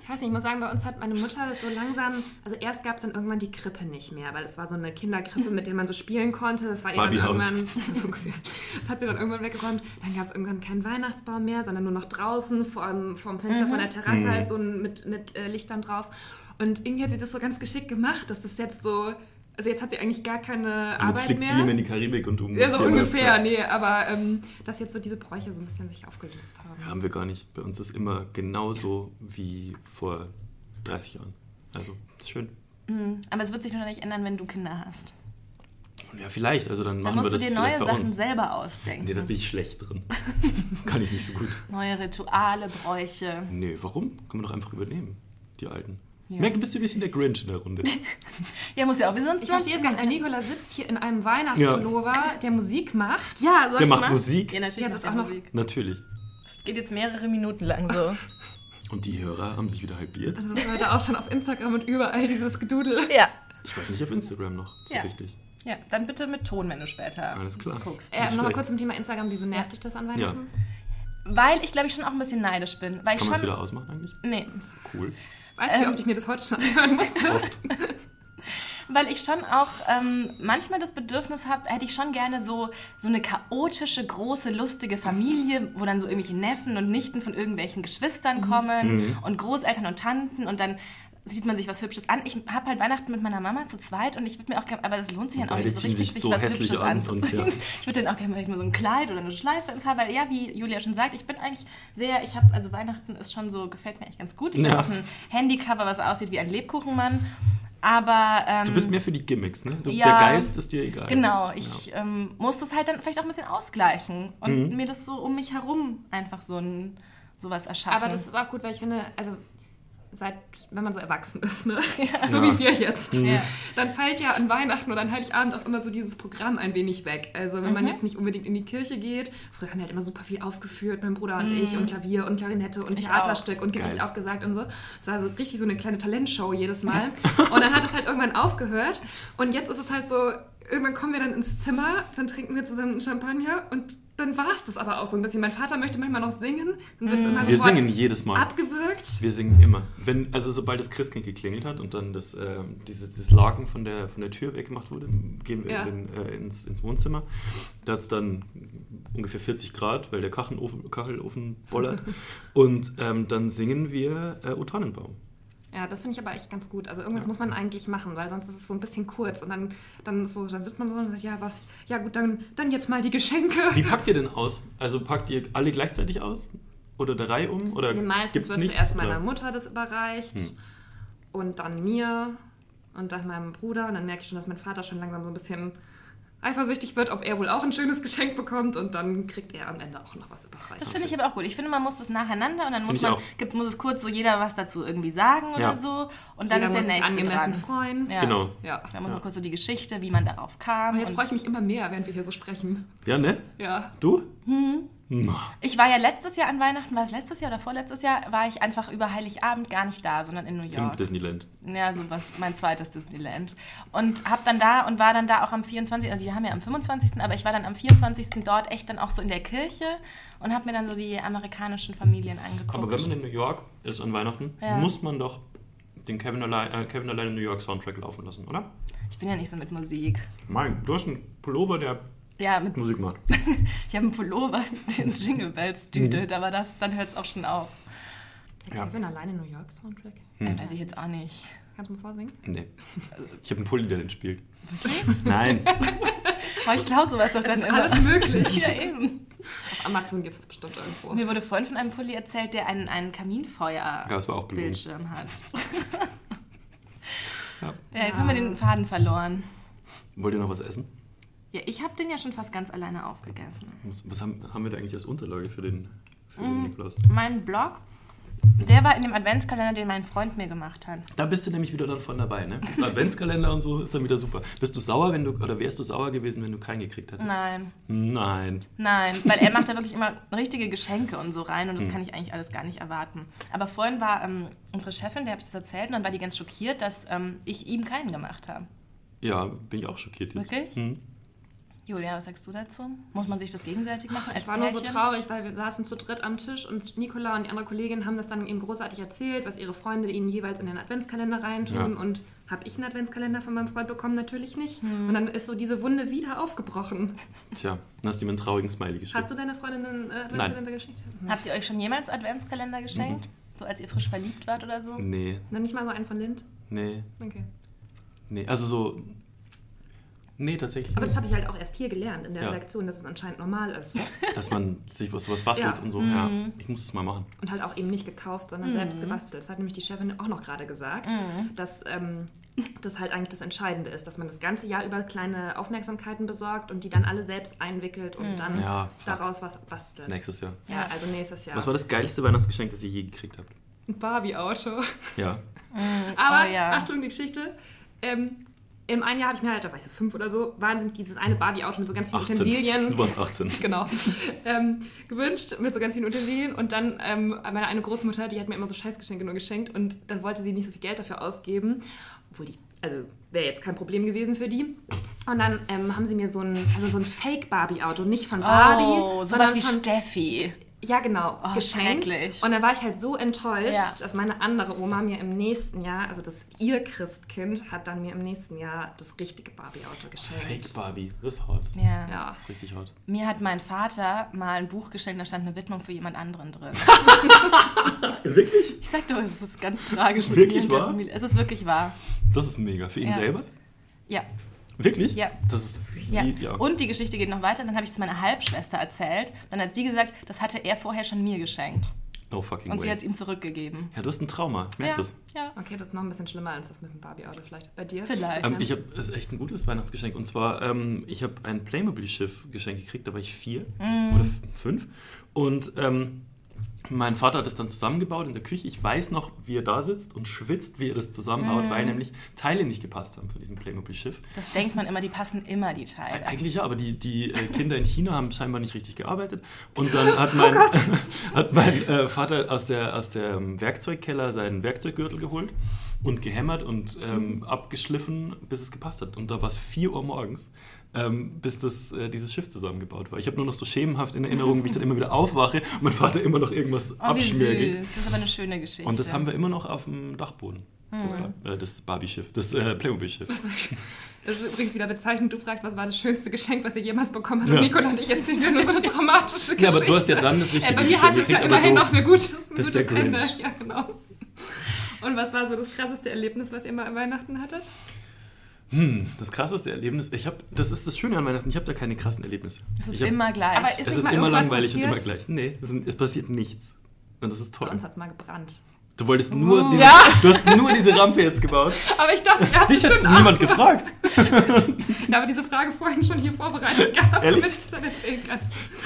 Speaker 2: Ich weiß nicht, ich muss sagen, bei uns hat meine Mutter das so langsam, also erst gab es dann irgendwann die Krippe nicht mehr, weil das war so eine Kinderkrippe, mit der man so spielen konnte. Das war ihr dann
Speaker 3: Barbiehaus.
Speaker 2: irgendwann, so ungefähr. Das hat sie dann irgendwann weggeräumt. Dann gab es irgendwann keinen Weihnachtsbaum mehr, sondern nur noch draußen vorm, vorm Fenster von der Terrasse halt so ein- mit, mit äh, Lichtern drauf. Und irgendwie hat sie das so ganz geschickt gemacht, dass das jetzt so, also jetzt hat sie eigentlich gar keine
Speaker 3: Und jetzt
Speaker 2: Arbeit
Speaker 3: fliegt sie immer
Speaker 2: mehr.
Speaker 3: in die Karibik und um.
Speaker 2: Ja, so ungefähr, nee, aber ähm, dass jetzt so diese Bräuche so ein bisschen sich aufgelöst haben.
Speaker 3: Haben wir gar nicht. Bei uns ist immer genauso wie vor 30 Jahren. Also, ist schön.
Speaker 1: Aber es wird sich wahrscheinlich ändern, wenn du Kinder hast.
Speaker 3: Ja, vielleicht. Also, dann
Speaker 1: Dann
Speaker 3: machen wir
Speaker 1: musst du
Speaker 3: das
Speaker 1: dir
Speaker 3: vielleicht
Speaker 1: neue
Speaker 3: bei
Speaker 1: Sachen
Speaker 3: uns.
Speaker 1: selber ausdenken.
Speaker 3: Nee, da bin ich schlecht drin. Das kann ich nicht so gut.
Speaker 1: Neue Rituale, Bräuche.
Speaker 3: Nee, warum? Kann man doch einfach übernehmen, die alten. Ja. Merk, du bist ein bisschen der Grinch in der Runde.
Speaker 1: Ja, muss ja auch. Wie sonst
Speaker 2: Ich
Speaker 1: sonst
Speaker 2: verstehe jetzt gar nicht, Nicola sitzt hier in einem Weihnachtspullover, der Musik macht.
Speaker 1: Ja, soll
Speaker 3: Der
Speaker 1: ich
Speaker 3: macht
Speaker 1: mal?
Speaker 3: Musik.
Speaker 1: Ja, natürlich
Speaker 2: Jetzt
Speaker 1: macht
Speaker 2: ist
Speaker 1: der
Speaker 2: auch noch-
Speaker 1: Musik.
Speaker 3: Natürlich.
Speaker 1: Das geht jetzt mehrere Minuten lang so.
Speaker 3: Und die Hörer haben sich wieder halbiert.
Speaker 2: Das ist heute auch schon auf Instagram und überall dieses Gedudel.
Speaker 1: ja.
Speaker 3: Ich war nicht auf Instagram noch. So
Speaker 1: Ja.
Speaker 3: richtig.
Speaker 1: Ja, dann bitte mit Ton, wenn du später
Speaker 3: Alles klar.
Speaker 1: guckst.
Speaker 2: Äh, Nochmal
Speaker 3: schlecht.
Speaker 2: kurz zum Thema Instagram, wieso nervt dich das an
Speaker 3: Ja.
Speaker 2: Weihnachten?
Speaker 1: Weil ich, glaube ich, schon auch ein bisschen neidisch bin. Weil ich
Speaker 3: Kann man es
Speaker 1: schon...
Speaker 3: wieder ausmachen eigentlich?
Speaker 1: Nee,
Speaker 3: Cool.
Speaker 2: Weißt du, wie oft ich mir das heute schon anhören musste?
Speaker 3: Oft.
Speaker 1: weil ich schon auch ähm, manchmal das Bedürfnis habe, hätte ich schon gerne so, so eine chaotische, große, lustige Familie, wo dann so irgendwelche Neffen und Nichten von irgendwelchen
Speaker 3: Mhm.
Speaker 1: Geschwistern kommen und Großeltern und Tanten und dann sieht man sich was Hübsches an. Ich habe halt Weihnachten mit meiner Mama zu zweit und ich würde mir auch gerne, aber das lohnt sich dann auch
Speaker 3: Beide
Speaker 1: nicht so
Speaker 3: ziehen
Speaker 1: richtig,
Speaker 3: sich so
Speaker 1: was
Speaker 3: hässlich
Speaker 1: Hübsches
Speaker 3: an und
Speaker 1: anzuziehen.
Speaker 3: ja.
Speaker 1: Ich würde dann auch gerne vielleicht mal so ein Kleid oder eine Schleife ins Haar, weil ja, wie Julia schon sagt, ich bin eigentlich sehr, ich habe, also Weihnachten ist schon so, gefällt mir eigentlich ganz gut. Ich
Speaker 3: Ja.
Speaker 1: habe auch ein Handycover, was aussieht wie ein Lebkuchenmann. Aber ähm,
Speaker 3: Du bist mehr für die Gimmicks, ne? Du,
Speaker 1: ja.
Speaker 3: Der Geist ist dir egal.
Speaker 1: Genau,
Speaker 3: Ja.
Speaker 1: ich ähm, muss das halt dann vielleicht auch ein bisschen ausgleichen
Speaker 3: Mhm.
Speaker 1: und mir das so um mich herum einfach so ein sowas erschaffen.
Speaker 2: Aber das ist auch gut, weil ich finde, also seit, wenn man so erwachsen ist, ne? so wie wir jetzt,
Speaker 1: Ja.
Speaker 2: dann fällt ja an Weihnachten oder an Heiligabend auch immer so dieses Programm ein wenig weg. Also wenn man jetzt nicht unbedingt in die Kirche geht, früher haben wir halt immer super viel aufgeführt, mein Bruder und ich und Klavier und Klarinette und
Speaker 1: Ich
Speaker 2: Theaterstück und Gedicht
Speaker 3: Geil.
Speaker 2: aufgesagt und so. Es war so richtig so eine kleine Talentshow jedes Mal. und dann hat es halt irgendwann aufgehört und jetzt ist es halt so, irgendwann kommen wir dann ins Zimmer, dann trinken wir zusammen einen Champagner und dann war es das aber auch so ein bisschen. Mein Vater möchte manchmal noch singen. Dann wird es immer
Speaker 3: Wir
Speaker 2: sofort-
Speaker 3: singen jedes Mal.
Speaker 2: Also abgewürgt.
Speaker 3: Wir singen immer. Wenn, also sobald das Christkind geklingelt hat und dann das, ähm, dieses, dieses Laken von der, von der Tür weggemacht wurde, gehen wir
Speaker 2: Ja.
Speaker 3: in den, äh, ins, ins Wohnzimmer. Da hat es dann ungefähr 40 Grad, weil der Kachelofen, Kachelofen bollert. und ähm, dann singen wir äh, O Tannenbaum.
Speaker 2: Ja, das finde ich aber echt ganz gut. Also irgendwas muss man eigentlich machen, weil sonst ist es so ein bisschen kurz und dann, dann ist so, dann sitzt man so und sagt, ja, was, ja gut, dann, dann jetzt mal die Geschenke.
Speaker 3: Wie packt ihr denn aus? Also packt ihr alle gleichzeitig aus? Oder der Reihe um? Oder
Speaker 2: Nee, meistens
Speaker 3: gibt's
Speaker 2: wird
Speaker 3: nichts? Hm.
Speaker 2: zuerst meiner
Speaker 3: Oder-
Speaker 2: Mutter das überreicht und dann mir und dann meinem Bruder und dann merke ich schon, dass mein Vater schon langsam so ein bisschen eifersüchtig wird, ob er wohl auch ein schönes Geschenk bekommt und dann kriegt er am Ende auch noch was überreicht.
Speaker 1: Das finde ich aber auch gut. Ich finde, man muss das nacheinander und dann muss
Speaker 3: ich
Speaker 1: man
Speaker 3: auch.
Speaker 1: gibt, muss es kurz so jeder was dazu irgendwie sagen
Speaker 3: Ja.
Speaker 1: oder so und dann
Speaker 2: Jeder muss
Speaker 1: ist der
Speaker 2: sich
Speaker 1: nächste
Speaker 2: angemessen
Speaker 1: dran.
Speaker 2: freuen.
Speaker 1: Ja.
Speaker 3: Genau.
Speaker 2: Ja.
Speaker 1: Da muss man
Speaker 3: Ja.
Speaker 1: kurz so die Geschichte, wie man darauf kam.
Speaker 2: Und jetzt
Speaker 1: und-
Speaker 2: freue ich mich immer mehr, während wir hier so sprechen.
Speaker 3: Ja, ne?
Speaker 2: Ja.
Speaker 3: Du?
Speaker 2: Hm.
Speaker 3: Na,
Speaker 1: Ich war ja letztes Jahr an Weihnachten, war es letztes Jahr oder vorletztes Jahr, war ich einfach über Heiligabend gar nicht da, sondern in New
Speaker 3: Im
Speaker 1: York.
Speaker 3: Disneyland.
Speaker 1: Ja, so was, mein zweites Disneyland. Und hab dann da und war dann da auch am 24., also die haben ja am 25., aber ich war dann am 24. dort echt dann auch so in der Kirche und hab mir dann so die amerikanischen Familien angeguckt.
Speaker 3: Aber wenn man in New York ist an Weihnachten,
Speaker 1: Ja.
Speaker 3: muss man doch den Kevin allein, äh, Kevin allein in New York Soundtrack laufen lassen, oder?
Speaker 1: ich bin ja nicht so mit Musik.
Speaker 3: Mein, du hast einen Pullover, der
Speaker 1: Ja, mit,
Speaker 3: Musik macht.
Speaker 1: ich habe einen Pullover, den Jingle Bells düdelt, aber das, dann hört es auch schon auf.
Speaker 3: Ja.
Speaker 2: Ich bin alleine New York Soundtrack.
Speaker 3: Mhm.
Speaker 1: Äh, Weiß ich jetzt auch nicht.
Speaker 2: Kannst du mal vorsingen?
Speaker 3: Nee. Ich habe einen Pulli, der den spielt. Nein.
Speaker 1: Aber ich glaube sowas doch dann immer.
Speaker 2: Alles möglich.
Speaker 1: Ja, eben.
Speaker 2: Auf Amazon gibt es bestimmt irgendwo.
Speaker 1: Mir wurde vorhin von einem Pulli erzählt, der einen, einen
Speaker 3: Ja, das war auch gelogen.
Speaker 1: Kaminfeuerbildschirm hat.
Speaker 3: Ja.
Speaker 1: Ja, jetzt haben wir den Faden verloren.
Speaker 3: Wollt ihr noch was essen?
Speaker 1: Ja, ich habe den ja schon fast ganz alleine aufgegessen.
Speaker 3: Was, was haben, haben wir da eigentlich als Unterlage für den, für
Speaker 1: Mm.
Speaker 3: den Nikolaus?
Speaker 1: Mein Blog, der war in dem Adventskalender, den mein Freund mir gemacht hat.
Speaker 3: Da bist du nämlich wieder dann von dabei, ne? Adventskalender und so ist dann wieder super. Bist du sauer, wenn du, oder wärst du sauer gewesen, wenn du keinen gekriegt hättest?
Speaker 1: Nein,
Speaker 3: Nein.
Speaker 1: nein, weil er macht da wirklich immer richtige Geschenke und so rein und das kann ich eigentlich alles gar nicht erwarten. Aber vorhin war ähm, unsere Chefin, der hat das erzählt und dann war die ganz schockiert, dass ähm, ich ihm keinen gemacht habe.
Speaker 3: Ja, bin ich auch schockiert jetzt.
Speaker 1: Wirklich?
Speaker 3: Hm.
Speaker 1: Julia, was sagst du dazu? Muss man sich das gegenseitig machen? als
Speaker 2: Ich war nur so
Speaker 1: Pärchen?
Speaker 2: traurig, weil wir saßen zu dritt am Tisch und Nicola und die andere Kollegin haben das dann eben großartig erzählt, was ihre Freunde ihnen jeweils in den Adventskalender reintun.
Speaker 3: Ja.
Speaker 2: Und habe ich einen Adventskalender von meinem Freund bekommen? Natürlich nicht.
Speaker 1: Hm.
Speaker 2: Und dann ist so diese Wunde wieder aufgebrochen.
Speaker 3: Tja, dann hast du ihm einen traurigen Smiley geschickt.
Speaker 2: Hast du deiner Freundin einen äh, Adventskalender geschickt?
Speaker 1: Habt ihr euch schon jemals Adventskalender geschenkt? So als ihr frisch verliebt wart oder so?
Speaker 3: Nee,
Speaker 2: Nimm nicht mal so einen von Lind.
Speaker 3: nee.
Speaker 2: Okay.
Speaker 3: Nee, also so. Nee, tatsächlich.
Speaker 2: Aber das
Speaker 3: nicht.
Speaker 2: habe ich halt auch erst hier gelernt in der
Speaker 3: Ja.
Speaker 2: Redaktion, dass es anscheinend normal ist.
Speaker 3: Dass man sich was sowas bastelt
Speaker 2: Ja.
Speaker 3: und so. Ja,
Speaker 1: Mhm.
Speaker 3: ich muss das mal machen.
Speaker 2: Und halt auch eben nicht gekauft, sondern selbst gebastelt. Das hat nämlich die Chefin auch noch gerade gesagt,
Speaker 1: Mhm.
Speaker 2: dass ähm, das halt eigentlich das Entscheidende ist, dass man das ganze Jahr über kleine Aufmerksamkeiten besorgt und die dann alle selbst einwickelt
Speaker 1: Mhm.
Speaker 2: und dann
Speaker 3: Ja, fuck.
Speaker 2: daraus was bastelt.
Speaker 3: Nächstes Jahr.
Speaker 2: Ja, also nächstes Jahr.
Speaker 3: Was war das geilste Weihnachtsgeschenk, das ihr je gekriegt habt?
Speaker 2: ein Barbie-Auto.
Speaker 3: Ja.
Speaker 2: Aber
Speaker 1: oh ja.
Speaker 2: Achtung, die Geschichte. Ähm, Im einen Jahr habe ich mir halt, da war ich so fünf oder so, wahnsinnig dieses eine Barbie-Auto mit so ganz vielen
Speaker 3: 18.
Speaker 2: Utensilien.
Speaker 3: Du warst 18.
Speaker 2: genau, ähm, gewünscht mit so ganz vielen Utensilien. Und dann ähm, meine eine Großmutter, die hat mir immer so Scheißgeschenke nur geschenkt und dann wollte sie nicht so viel Geld dafür ausgeben, obwohl die, also wäre jetzt kein Problem gewesen für die. Und dann ähm, haben sie mir so ein, also so ein Fake-Barbie-Auto, nicht von Barbie,
Speaker 1: Oh, sowas
Speaker 2: sondern
Speaker 1: wie
Speaker 2: von,
Speaker 1: Steffi.
Speaker 2: ja genau,
Speaker 1: Oh,
Speaker 2: geschenkt.
Speaker 1: schrecklich.
Speaker 2: Und dann war ich halt so enttäuscht,
Speaker 1: Ja.
Speaker 2: dass meine andere Oma mir im nächsten Jahr, also das ihr Christkind, hat dann mir im nächsten Jahr das richtige Barbie-Auto geschenkt.
Speaker 3: Fake Barbie. Das ist hot.
Speaker 1: Ja.
Speaker 2: Ja.
Speaker 3: Das ist richtig hot.
Speaker 1: Mir hat mein Vater mal ein Buch geschenkt, da stand eine Widmung für jemand anderen drin.
Speaker 3: Wirklich?
Speaker 1: Ich sag doch, es ist ganz tragisch. mit mir
Speaker 3: Wirklich
Speaker 1: und der
Speaker 3: wahr?
Speaker 1: Familie. Es ist wirklich wahr.
Speaker 3: Das ist mega. Für ihn
Speaker 1: Ja.
Speaker 3: selber?
Speaker 1: Ja.
Speaker 3: Wirklich?
Speaker 1: Ja.
Speaker 3: Das ist
Speaker 1: Ja.
Speaker 3: lieb, ja.
Speaker 1: Und die Geschichte geht noch weiter. Dann habe ich es meiner Halbschwester erzählt. Dann hat sie gesagt, das hatte er vorher schon mir geschenkt.
Speaker 3: No fucking
Speaker 1: Und sie
Speaker 3: way.
Speaker 1: hat es ihm zurückgegeben.
Speaker 3: Ja, du hast ein Trauma. Ich merk
Speaker 1: ja,
Speaker 3: das.
Speaker 1: ja.
Speaker 2: Okay, das ist noch ein bisschen schlimmer als das mit dem Barbie-Auto vielleicht. Bei dir?
Speaker 1: Vielleicht.
Speaker 3: Ähm, ich habe ist echt ein gutes Weihnachtsgeschenk. Und zwar, ähm, ich habe ein Playmobil-Schiff geschenkt gekriegt, da war ich vier oder f- fünf. Und ähm, mein Vater hat es dann zusammengebaut in der Küche. Ich weiß noch, wie er da sitzt und schwitzt, wie er das zusammenbaut, weil nämlich Teile nicht gepasst haben von diesem Playmobil-Schiff.
Speaker 1: Das denkt man immer, die passen immer, die Teile. Oh,
Speaker 3: Eigentlich ja, aber die, die äh, Kinder in China haben scheinbar nicht richtig gearbeitet. Und dann
Speaker 1: Oh
Speaker 3: hat mein, hat mein äh, Vater aus, der, aus dem Werkzeugkeller seinen Werkzeuggürtel geholt und gehämmert und
Speaker 1: Mhm.
Speaker 3: ähm, abgeschliffen, bis es gepasst hat. Und da war es 4 Uhr morgens, ähm, bis das, äh, dieses Schiff zusammengebaut war. Ich habe nur noch so schemenhaft in Erinnerung, wie ich dann immer wieder aufwache und mein Vater immer noch irgendwas
Speaker 1: Oh, wie
Speaker 3: abschmirgelt.
Speaker 1: süß. Das ist aber eine schöne Geschichte.
Speaker 3: Und das haben wir immer noch auf dem Dachboden. Das,
Speaker 1: Hm.
Speaker 3: Bar- äh, das Barbie-Schiff, das äh, Playmobil-Schiff.
Speaker 2: Das ist übrigens wieder bezeichnend. Du fragst, was war das schönste Geschenk, was ihr jemals bekommen habt.
Speaker 3: Ja.
Speaker 2: Und Nico und ich erzählen dir nur so eine dramatische Geschichte.
Speaker 3: Ja, aber du hast ja dann das richtige
Speaker 2: Äh, bei mir
Speaker 3: Geschenk
Speaker 2: hat es ja
Speaker 3: gekriegt, aber
Speaker 2: immerhin
Speaker 3: doof.
Speaker 2: noch eine gutes, ein
Speaker 3: Bist
Speaker 2: gutes
Speaker 3: der
Speaker 2: Ende.
Speaker 3: Grinch.
Speaker 2: Ja, genau. Und was war so das krasseste Erlebnis, was ihr mal an Weihnachten hattet?
Speaker 3: Das krasseste Erlebnis, ich habe, das ist das Schöne an Weihnachten, ich habe da keine krassen Erlebnisse.
Speaker 1: es ist
Speaker 3: ich hab,
Speaker 1: immer gleich.
Speaker 2: Aber ist-
Speaker 3: es
Speaker 2: nicht
Speaker 3: ist
Speaker 2: mal
Speaker 3: immer
Speaker 2: irgendwas
Speaker 3: langweilig und
Speaker 2: passiert?
Speaker 3: immer gleich. Nee, es, sind- es passiert nichts. Und das ist
Speaker 2: Bei
Speaker 3: toll.
Speaker 2: uns hat Uh. es mal gebrannt.
Speaker 3: Du wolltest nur, diese,
Speaker 1: Ja.
Speaker 3: du hast nur diese Rampe jetzt gebaut.
Speaker 2: Aber ich dachte, ihr habt
Speaker 3: Dich hat
Speaker 2: bestimmt auch.
Speaker 3: niemand gefragt.
Speaker 2: Ich habe diese Frage vorhin schon hier vorbereitet gehabt,
Speaker 3: Ehrlich?
Speaker 2: damit ich es dann erzählen kann.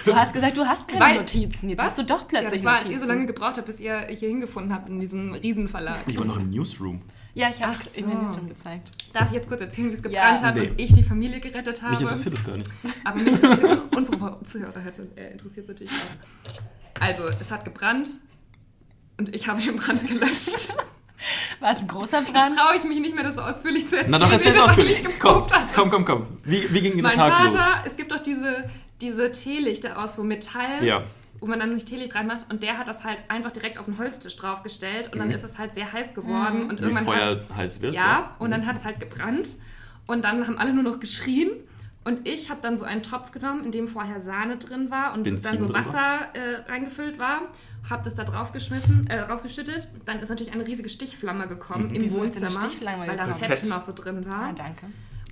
Speaker 1: du hast gesagt, du hast keine
Speaker 2: Weil-
Speaker 1: Notizen. Jetzt
Speaker 2: Was?
Speaker 1: hast du doch
Speaker 2: Ja,
Speaker 1: plötzlich
Speaker 2: das war, als
Speaker 1: Notizen.
Speaker 2: ihr so lange gebraucht habt, bis ihr hier hingefunden habt in diesem Riesenverlag.
Speaker 3: Ich war noch im Newsroom.
Speaker 1: ja, ich habe
Speaker 2: Ach
Speaker 1: in den
Speaker 2: so.
Speaker 1: schon gezeigt.
Speaker 2: Darf ich jetzt kurz erzählen, wie es gebrannt
Speaker 1: Ja.
Speaker 2: hat
Speaker 3: Nee.
Speaker 2: und ich die Familie gerettet habe?
Speaker 3: Mich interessiert das gar nicht.
Speaker 2: Aber mich interessiert, unsere Zuhörer hat's- äh, interessiert natürlich auch. Also, es hat gebrannt und ich habe den Brand gelöscht.
Speaker 1: War es ein großer
Speaker 2: Jetzt
Speaker 1: Brand?
Speaker 2: traue ich mich nicht mehr, das so ausführlich zu erzählen.
Speaker 3: Na doch,
Speaker 2: wie
Speaker 3: erzähl's
Speaker 2: das
Speaker 3: ausführlich.
Speaker 2: eigentlich
Speaker 3: Komm,
Speaker 2: geprobt hat.
Speaker 3: komm, komm, komm. Wie, wie ging der
Speaker 2: Mein
Speaker 3: Tag los?
Speaker 2: Vater, es gibt doch diese, diese Teelichter aus so Metall,
Speaker 3: Ja.
Speaker 2: wo man dann durch Teelicht reinmacht und der hat das halt einfach direkt auf den Holztisch draufgestellt und dann ist es halt sehr heiß geworden und
Speaker 3: Mhm. Wie
Speaker 2: irgendwann hat's-
Speaker 3: Feuer heiß wird.
Speaker 2: Ja, und dann hat es halt gebrannt. Und dann haben alle nur noch geschrien. Und ich habe dann so einen Topf genommen, in dem vorher Sahne drin war und
Speaker 3: Benzin
Speaker 2: dann so
Speaker 3: drin war?
Speaker 2: Wasser äh, reingefüllt war. Habe das da draufgeschmissen, äh, draufgeschüttet. Dann ist natürlich eine riesige Stichflamme gekommen
Speaker 3: Mhm.
Speaker 2: im
Speaker 1: Wieso ist denn
Speaker 2: Wohnzimmer,
Speaker 1: eine Stichflamme
Speaker 2: weil da
Speaker 1: gekommen?
Speaker 2: Fett
Speaker 3: Fett.
Speaker 2: noch so drin war.
Speaker 1: Ah, danke.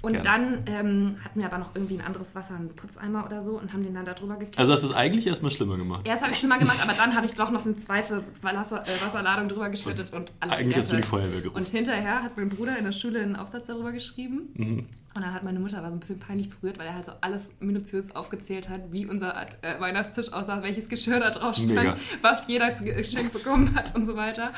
Speaker 2: und
Speaker 3: Gerne.
Speaker 2: dann ähm, hatten wir aber noch irgendwie ein anderes Wasser, einen Putzeimer oder so und haben den dann da drüber gekippt.
Speaker 3: Also hast du es eigentlich erstmal schlimmer gemacht.
Speaker 2: Erst habe ich schlimmer gemacht, aber dann habe ich doch noch eine zweite Wasser, äh, Wasserladung drüber geschüttet und alle
Speaker 3: Eigentlich hast du die
Speaker 2: gegessen.
Speaker 3: Feuerwehr gerufen.
Speaker 2: Und hinterher hat mein Bruder in der Schule einen Aufsatz darüber geschrieben.
Speaker 3: Mhm.
Speaker 2: Und dann hat meine Mutter war so ein bisschen peinlich berührt, weil er halt so alles minutiös aufgezählt hat, wie unser äh, Weihnachtstisch aussah, welches Geschirr da drauf stand,
Speaker 3: Mega.
Speaker 2: was jeder zu Geschenk bekommen hat und so weiter.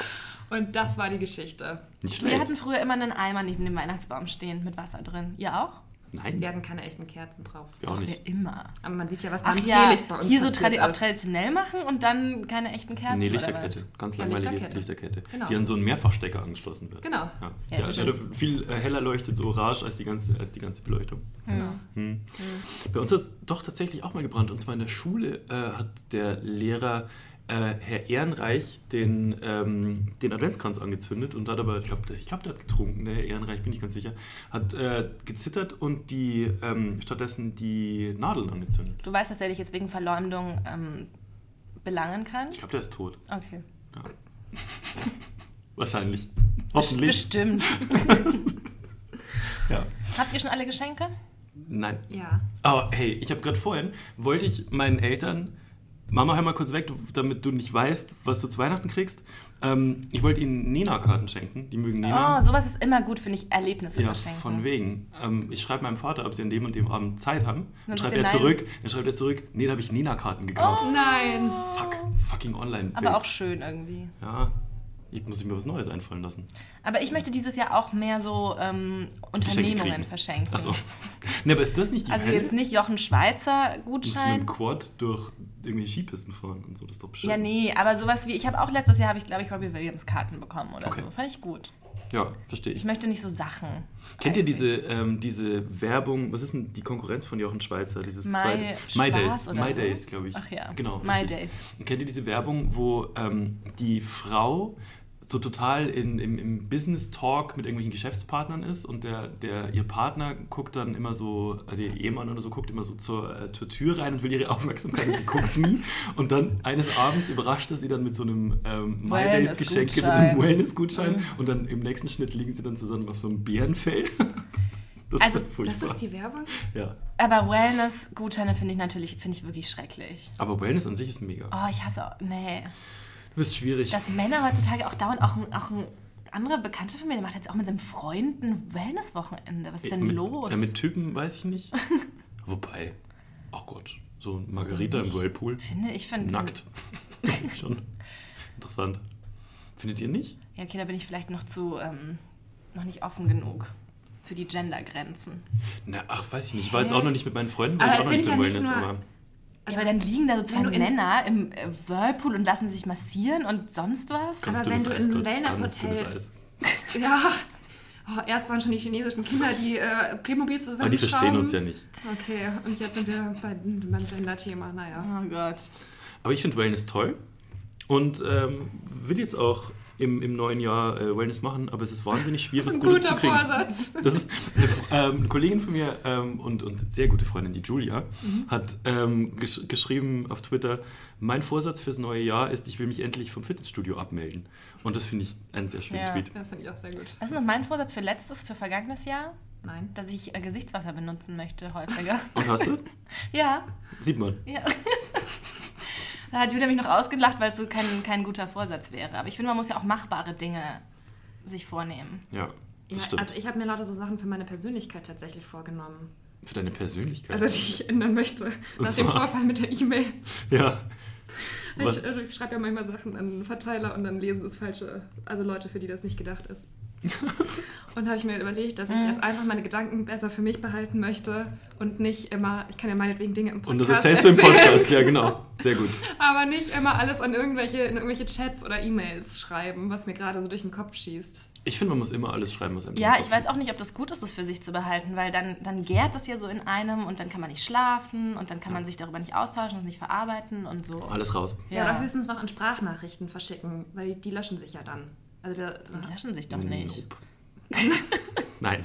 Speaker 2: Und das war die Geschichte.
Speaker 3: Nicht
Speaker 1: Wir
Speaker 3: schlecht.
Speaker 1: hatten früher immer einen Eimer neben dem Weihnachtsbaum stehen mit Wasser drin. Ihr auch?
Speaker 3: Nein,
Speaker 2: Wir
Speaker 3: ja.
Speaker 2: hatten keine echten Kerzen drauf.
Speaker 3: auch nicht.
Speaker 1: Wir immer.
Speaker 2: Aber man sieht ja, was
Speaker 1: Ach
Speaker 2: beim
Speaker 1: ja,
Speaker 2: Teelicht bei uns
Speaker 1: hier so
Speaker 2: passiert
Speaker 1: tradi auf
Speaker 2: ist.
Speaker 1: traditionell machen und dann keine echten Kerzen.
Speaker 3: Nee,
Speaker 1: oder was?
Speaker 3: Lichterkette. Ganz
Speaker 2: Ja,
Speaker 3: langweilige
Speaker 2: Lichterkette.
Speaker 3: Lichterkette.
Speaker 2: Genau.
Speaker 3: Die an so einen Mehrfachstecker angeschlossen wird.
Speaker 2: Genau.
Speaker 3: Ja.
Speaker 1: Ja,
Speaker 3: der,
Speaker 1: schön.
Speaker 3: der viel äh, heller leuchtet, so orange als die ganze, als die ganze Beleuchtung. Hm. Bei uns hat es doch tatsächlich auch mal gebrannt. Und zwar in der Schule äh, hat der Lehrer äh, Herr Ehrenreich den, ähm, den Adventskranz angezündet und hat aber, ich glaube, ich glaub, der hat getrunken, der Herr Ehrenreich, bin ich ganz sicher, hat äh, gezittert und die ähm, stattdessen die Nadeln angezündet.
Speaker 1: Du weißt, dass er dich jetzt wegen Verleumdung ähm, belangen kann?
Speaker 3: Ich glaube, der ist tot.
Speaker 1: Okay.
Speaker 3: Ja. Wahrscheinlich. Hoffentlich.
Speaker 1: Bestimmt.
Speaker 3: Ja.
Speaker 1: Habt ihr schon alle Geschenke?
Speaker 3: Nein.
Speaker 2: Ja.
Speaker 3: Aber hey, ich habe gerade vorhin, wollte ich meinen Eltern, Mama, hör mal kurz weg, du, damit du nicht weißt, was du zu Weihnachten kriegst. Ähm, ich wollte ihnen Nena-Karten schenken. Die mögen Nena.
Speaker 1: Oh, sowas ist immer gut, finde ich. Erlebnisse
Speaker 3: ja,
Speaker 1: verschenken.
Speaker 3: von wegen. Ähm, ich schreibe meinem Vater, ob sie an dem und dem Abend Zeit haben. Dann
Speaker 1: Dann
Speaker 3: schreibt
Speaker 1: sagt
Speaker 3: er
Speaker 1: er nein.
Speaker 3: zurück. Dann schreibt er zurück, nee, da habe ich Nena-Karten gekauft.
Speaker 2: Nein.
Speaker 1: Oh.
Speaker 3: Fuck, fucking online.
Speaker 1: Aber auch schön irgendwie.
Speaker 3: Ja. Ich muss mir was Neues einfallen lassen.
Speaker 1: Aber ich möchte dieses Jahr auch mehr so ähm, Unternehmungen
Speaker 3: kriegen.
Speaker 1: verschenken.
Speaker 3: Achso. ne, aber ist das nicht die
Speaker 1: Also
Speaker 3: Hölle?
Speaker 1: jetzt nicht Jochen Schweizer
Speaker 3: Musst du mit
Speaker 1: Gutschein.
Speaker 3: dem Quad durch irgendwelche Skipisten fahren und so, das ist doch
Speaker 1: Ja,
Speaker 3: beschissen.
Speaker 1: nee, aber sowas wie, ich habe auch letztes Jahr, habe ich glaube ich Robbie Williams Karten bekommen oder
Speaker 3: Okay.
Speaker 1: so. Fand ich gut.
Speaker 3: Ja, verstehe ich.
Speaker 1: Ich möchte nicht so Sachen.
Speaker 3: Kennt ihr
Speaker 1: eigentlich.
Speaker 3: diese, ähm, diese Werbung, was ist denn die Konkurrenz von Jochen Schweizer? Dieses
Speaker 1: My
Speaker 3: zweite,
Speaker 1: Spaß oder
Speaker 3: My
Speaker 1: so?
Speaker 3: Days, glaube ich.
Speaker 1: Ach ja.
Speaker 3: Genau.
Speaker 1: My
Speaker 3: richtig.
Speaker 1: Days.
Speaker 3: Und kennt ihr diese Werbung, wo ähm, die Frau so total in, im, im Business Talk mit irgendwelchen Geschäftspartnern ist und der, der ihr Partner guckt dann immer so, also ihr Ehemann oder so, guckt immer so zur, äh, zur Tür rein und will ihre Aufmerksamkeit und sie guckt nie. Und dann eines Abends überrascht er sie dann mit so einem ähm, My Days Geschenk, mit
Speaker 1: Wellness-Gutschein.
Speaker 3: einem Wellness-Gutschein und dann im nächsten Schnitt liegen sie dann zusammen auf so einem Bärenfell. Das
Speaker 1: Also,
Speaker 3: ist
Speaker 2: Das
Speaker 3: furchtbar.
Speaker 2: ist die Werbung?
Speaker 3: ja.
Speaker 1: Aber Wellness-Gutscheine finde ich natürlich, finde ich wirklich schrecklich.
Speaker 3: Aber Wellness an sich ist mega.
Speaker 1: Oh, ich hasse auch, nee.
Speaker 3: Du bist schwierig.
Speaker 1: Dass Männer heutzutage auch dauernd, auch ein, auch ein anderer Bekannter von mir, der macht jetzt auch mit seinem Freund ein Wellness-Wochenende. Was ist denn
Speaker 3: mit,
Speaker 1: los?
Speaker 3: Äh, mit Typen weiß ich nicht. Wobei, ach Gott, so ein
Speaker 2: Also
Speaker 3: Margarita im Whirlpool.
Speaker 1: finde ich finde
Speaker 3: Nackt. Schon interessant. Findet ihr nicht?
Speaker 1: Ja, okay, da bin ich vielleicht noch zu ähm, noch nicht offen genug für die Gendergrenzen.
Speaker 3: Na, ach, weiß ich nicht. Ich war jetzt auch noch nicht mit meinen Freunden,
Speaker 2: Aber
Speaker 3: war ich auch
Speaker 2: es sind
Speaker 3: noch nicht beim
Speaker 2: ja nicht
Speaker 3: Wellness,
Speaker 2: nur-
Speaker 3: aber.
Speaker 1: Ja, aber Also, dann liegen da so zwei
Speaker 2: Wenn du in-
Speaker 1: Männer im äh, Whirlpool und lassen sich massieren und sonst was.
Speaker 3: Ganz
Speaker 2: Aber
Speaker 3: dünnes
Speaker 2: wenn du
Speaker 3: Eis,
Speaker 2: in
Speaker 3: Gott.
Speaker 2: ein
Speaker 3: Ganz dünnes
Speaker 2: Wellnesshotel-
Speaker 3: Eis.
Speaker 2: Ja. Oh, erst waren schon die chinesischen Kinder, die äh, Playmobil
Speaker 3: Aber
Speaker 2: zusammenschrauben.
Speaker 3: die verstehen uns ja nicht.
Speaker 2: Okay, und jetzt sind wir bei, beim Gender-Thema. Naja.
Speaker 1: Oh Gott.
Speaker 3: Aber ich finde Wellness toll und ähm, will jetzt auch im, im neuen Jahr äh, Wellness machen, aber es ist wahnsinnig schwierig,
Speaker 2: Das ist
Speaker 3: was
Speaker 2: ein
Speaker 3: Gutes
Speaker 2: guter
Speaker 3: zu kriegen.
Speaker 2: Vorsatz.
Speaker 3: Das ist eine, F- ähm, eine Kollegin von mir ähm, und, und sehr gute Freundin, die Julia, hat ähm, gesch geschrieben auf Twitter, mein Vorsatz fürs neue Jahr ist, ich will mich endlich vom Fitnessstudio abmelden. Und das finde ich einen sehr schönen
Speaker 1: Ja.
Speaker 3: Tweet.
Speaker 2: Das finde ich auch sehr gut.
Speaker 1: Weißt du noch mein Vorsatz für letztes, für vergangenes Jahr?
Speaker 2: Nein.
Speaker 1: Dass ich äh, Gesichtswasser benutzen möchte häufiger.
Speaker 3: Und hast du?
Speaker 1: ja,
Speaker 3: Sieht man.
Speaker 1: ja. Da hat Julia mich noch ausgelacht, weil es so kein, kein guter Vorsatz wäre. Aber ich finde, man muss ja auch machbare Dinge sich vornehmen.
Speaker 3: Ja, das
Speaker 2: Ja,
Speaker 3: stimmt.
Speaker 2: also ich habe mir lauter so Sachen für meine Persönlichkeit tatsächlich vorgenommen.
Speaker 3: Für deine Persönlichkeit.
Speaker 2: Also die ich ändern möchte. Nach dem
Speaker 3: zwar?
Speaker 2: Vorfall mit der E-Mail.
Speaker 3: ja. Was?
Speaker 2: Ich, äh, ich schreibe ja manchmal Sachen an den Verteiler und dann lesen es falsche, also Leute, für die das nicht gedacht ist. und habe ich mir überlegt, dass ich jetzt einfach meine Gedanken besser für mich behalten möchte und nicht immer, ich kann ja meinetwegen Dinge im
Speaker 3: Und
Speaker 2: Podcast
Speaker 3: das erzählst du im
Speaker 2: erzählen,
Speaker 3: Podcast. Ja, genau. Sehr gut.
Speaker 2: Aber nicht immer alles an irgendwelche, in irgendwelche Chats oder E-Mails schreiben, was mir gerade so durch den Kopf schießt.
Speaker 3: Ich finde, man muss immer alles schreiben, was einem
Speaker 1: Ja, ich weiß auch nicht, ob das gut ist, das für sich zu behalten, weil dann, dann gärt das ja so in einem und dann kann man nicht schlafen und dann kann man sich darüber nicht austauschen und nicht verarbeiten und so.
Speaker 3: Alles raus.
Speaker 2: Ja. oder höchstens noch in Sprachnachrichten verschicken, weil die löschen sich ja dann. Also der,
Speaker 1: Die löschen sich doch nicht.
Speaker 3: Nope. Nein.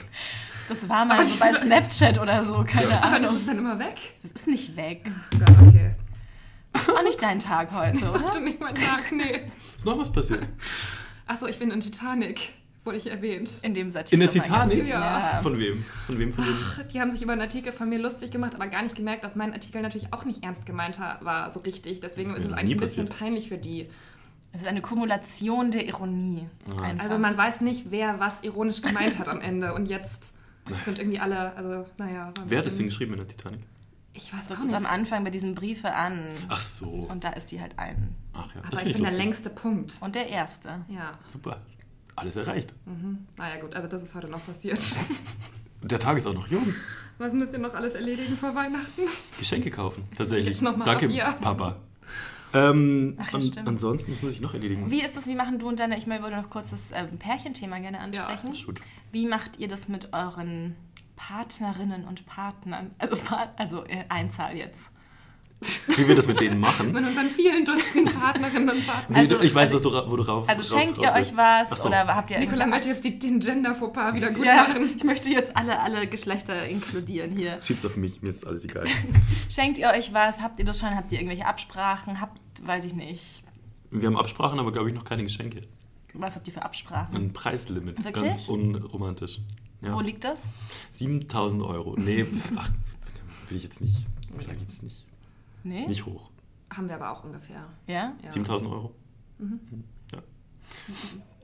Speaker 1: Das war mal so bei Snapchat oder so, keine
Speaker 3: Ja.
Speaker 2: aber das
Speaker 1: Ahnung.
Speaker 2: ist dann immer weg.
Speaker 1: Das ist nicht weg.
Speaker 2: Ja, okay.
Speaker 1: Auch nicht dein Tag heute,
Speaker 2: Das hatte
Speaker 1: oder?
Speaker 2: nicht mein Tag, nee.
Speaker 3: Ist noch was passiert?
Speaker 2: Achso, ich bin in Titanic, wurde ich erwähnt.
Speaker 1: In dem Satire.
Speaker 3: In der Titanic?
Speaker 1: Ja.
Speaker 3: Von wem? Von wem? Von wem?
Speaker 2: Die haben sich über einen Artikel von mir lustig gemacht, aber gar nicht gemerkt, dass mein Artikel natürlich auch nicht ernst gemeint war, so richtig. Deswegen
Speaker 3: Das
Speaker 2: ist
Speaker 3: ist
Speaker 2: es
Speaker 3: mir
Speaker 2: eigentlich ein
Speaker 3: nie
Speaker 2: bisschen
Speaker 3: passiert.
Speaker 2: peinlich für die.
Speaker 1: Es ist eine Kumulation der Ironie. Einfach.
Speaker 2: Also man weiß nicht, wer was ironisch gemeint hat am Ende. Und jetzt sind irgendwie alle, also naja. war ein
Speaker 3: Wer hat das
Speaker 2: bisschen-
Speaker 3: denn geschrieben in der Titanic?
Speaker 2: Ich weiß
Speaker 1: das
Speaker 2: auch
Speaker 1: ist
Speaker 2: nicht.
Speaker 1: am Anfang bei diesen Briefe an
Speaker 3: Ach so.
Speaker 1: und da ist die halt ein.
Speaker 3: Ach ja.
Speaker 2: aber
Speaker 3: das
Speaker 2: ich
Speaker 3: finde
Speaker 2: bin der
Speaker 3: lustig.
Speaker 2: längste Punkt.
Speaker 1: Und der erste.
Speaker 2: Ja,
Speaker 3: Super. Alles erreicht.
Speaker 2: naja gut, also das ist heute noch passiert.
Speaker 3: Und Der Tag ist auch noch jung.
Speaker 2: Was müsst ihr noch alles erledigen vor Weihnachten?
Speaker 3: Geschenke kaufen. Tatsächlich.
Speaker 2: Jetzt noch mal
Speaker 3: Danke,
Speaker 2: auf ihr.
Speaker 3: Papa. Ähm,
Speaker 1: Ach ja,
Speaker 3: an,
Speaker 1: stimmt.
Speaker 3: ansonsten, was muss ich noch erledigen?
Speaker 1: Wie ist das, wie machen du und deine, ich würde noch kurz das ähm, Pärchenthema gerne
Speaker 2: Ja.
Speaker 1: ansprechen.
Speaker 3: Ist gut.
Speaker 1: Wie macht ihr das mit euren Partnerinnen und Partnern? Also, Pa- also äh, Einzahl jetzt.
Speaker 3: Wie wir das mit denen machen.
Speaker 2: Mit unseren vielen Dutzend Partnerinnen und Partnern.
Speaker 1: Also-
Speaker 3: Wie- ich weiß, was du, ra- wo du rauf
Speaker 1: Also
Speaker 3: raus-
Speaker 1: schenkt ihr
Speaker 3: raus
Speaker 1: euch
Speaker 3: willst. Ach
Speaker 1: was
Speaker 3: so.
Speaker 1: oder habt ihr
Speaker 2: Nicola möchte jetzt die, den Gender-Fauxpas wieder gut
Speaker 1: ja,
Speaker 2: machen.
Speaker 1: ich möchte jetzt alle, alle Geschlechter inkludieren hier.
Speaker 3: Schieb's auf mich, mir ist alles egal.
Speaker 1: Schenkt ihr euch was? Habt ihr das schon? Habt ihr irgendwelche Absprachen? Habt, weiß ich nicht.
Speaker 3: Wir haben Absprachen, aber glaube ich noch keine Geschenke.
Speaker 1: Was habt ihr für Absprachen?
Speaker 3: Ein Preislimit.
Speaker 1: Wirklich?
Speaker 3: Ganz unromantisch. Hm, Ja.
Speaker 1: Wo liegt das?
Speaker 3: 7000 Euro. Nee, ach, will ich jetzt nicht. Sag ich jetzt nicht.
Speaker 1: Nee?
Speaker 3: Nicht hoch.
Speaker 2: Haben wir aber auch ungefähr.
Speaker 1: Ja?
Speaker 2: Ja. Mhm.
Speaker 3: 7000 Euro.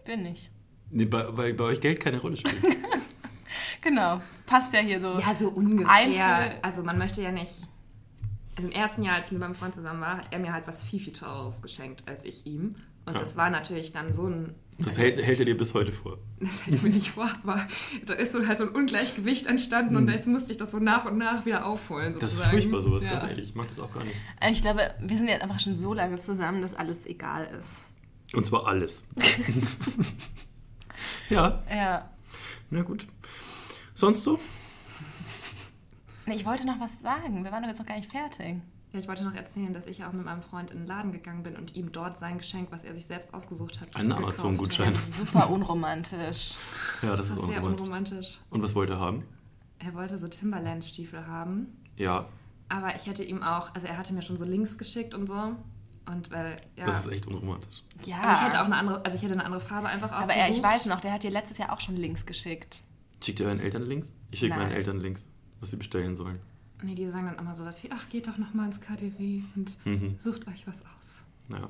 Speaker 1: Bin ich.
Speaker 3: Nee, bei, weil bei euch Geld keine Rolle spielt.
Speaker 1: Genau. Das passt ja hier so.
Speaker 2: Ja, so ungefähr.
Speaker 1: Einzel-
Speaker 2: Also man möchte ja nicht. Also im ersten Jahr, als ich mit meinem Freund zusammen war, hat er mir halt was viel, viel teureres geschenkt als ich ihm. Und das war natürlich dann so ein
Speaker 3: Das hält, hält er dir bis heute vor.
Speaker 2: das hätte ich mir nicht vor, aber da ist so halt so ein Ungleichgewicht entstanden und jetzt musste ich das so nach und nach wieder aufholen. Sozusagen.
Speaker 3: Hm. Das ist furchtbar, sowas,
Speaker 2: Ja.
Speaker 3: ganz ehrlich. Ich mag das auch gar nicht.
Speaker 1: Äh, Ich glaube, wir sind jetzt einfach schon so lange zusammen, dass alles egal ist.
Speaker 3: Und zwar alles. ja,
Speaker 1: Ja.
Speaker 3: na gut. Sonst so?
Speaker 1: Nee, Ich wollte noch was sagen. Wir waren doch jetzt noch gar nicht fertig.
Speaker 2: Ja, ich wollte noch erzählen, dass ich auch mit meinem Freund in den Laden gegangen bin und ihm dort sein Geschenk, was er sich selbst ausgesucht hat,
Speaker 3: Einen
Speaker 2: gekauft
Speaker 3: Amazon-Gutschein.
Speaker 2: habe.
Speaker 1: Super unromantisch.
Speaker 3: Ja, das
Speaker 2: Das
Speaker 3: ist
Speaker 2: war sehr
Speaker 3: unromantisch.
Speaker 2: unromantisch.
Speaker 3: Und was wollt ihr haben?
Speaker 2: Er wollte so Timberland-Stiefel haben,
Speaker 3: Ja,
Speaker 2: aber ich hätte ihm auch, also er hatte mir schon so Links geschickt und so. Und weil, ja.
Speaker 3: das ist echt unromantisch.
Speaker 1: Ja.
Speaker 2: aber ich hätte auch eine andere, also ich hätte eine andere Farbe einfach ausgesucht.
Speaker 1: Aber er, ich weiß noch, der hat dir letztes Jahr auch schon Links geschickt.
Speaker 3: Schickt ihr euren Eltern Links? Ich schicke meinen
Speaker 1: Nein.
Speaker 3: Eltern Links, was sie bestellen sollen.
Speaker 2: Nee, die sagen dann immer sowas wie, ach, geht doch nochmal ins KDW und
Speaker 3: Mhm.
Speaker 2: sucht euch was aus.
Speaker 3: Naja.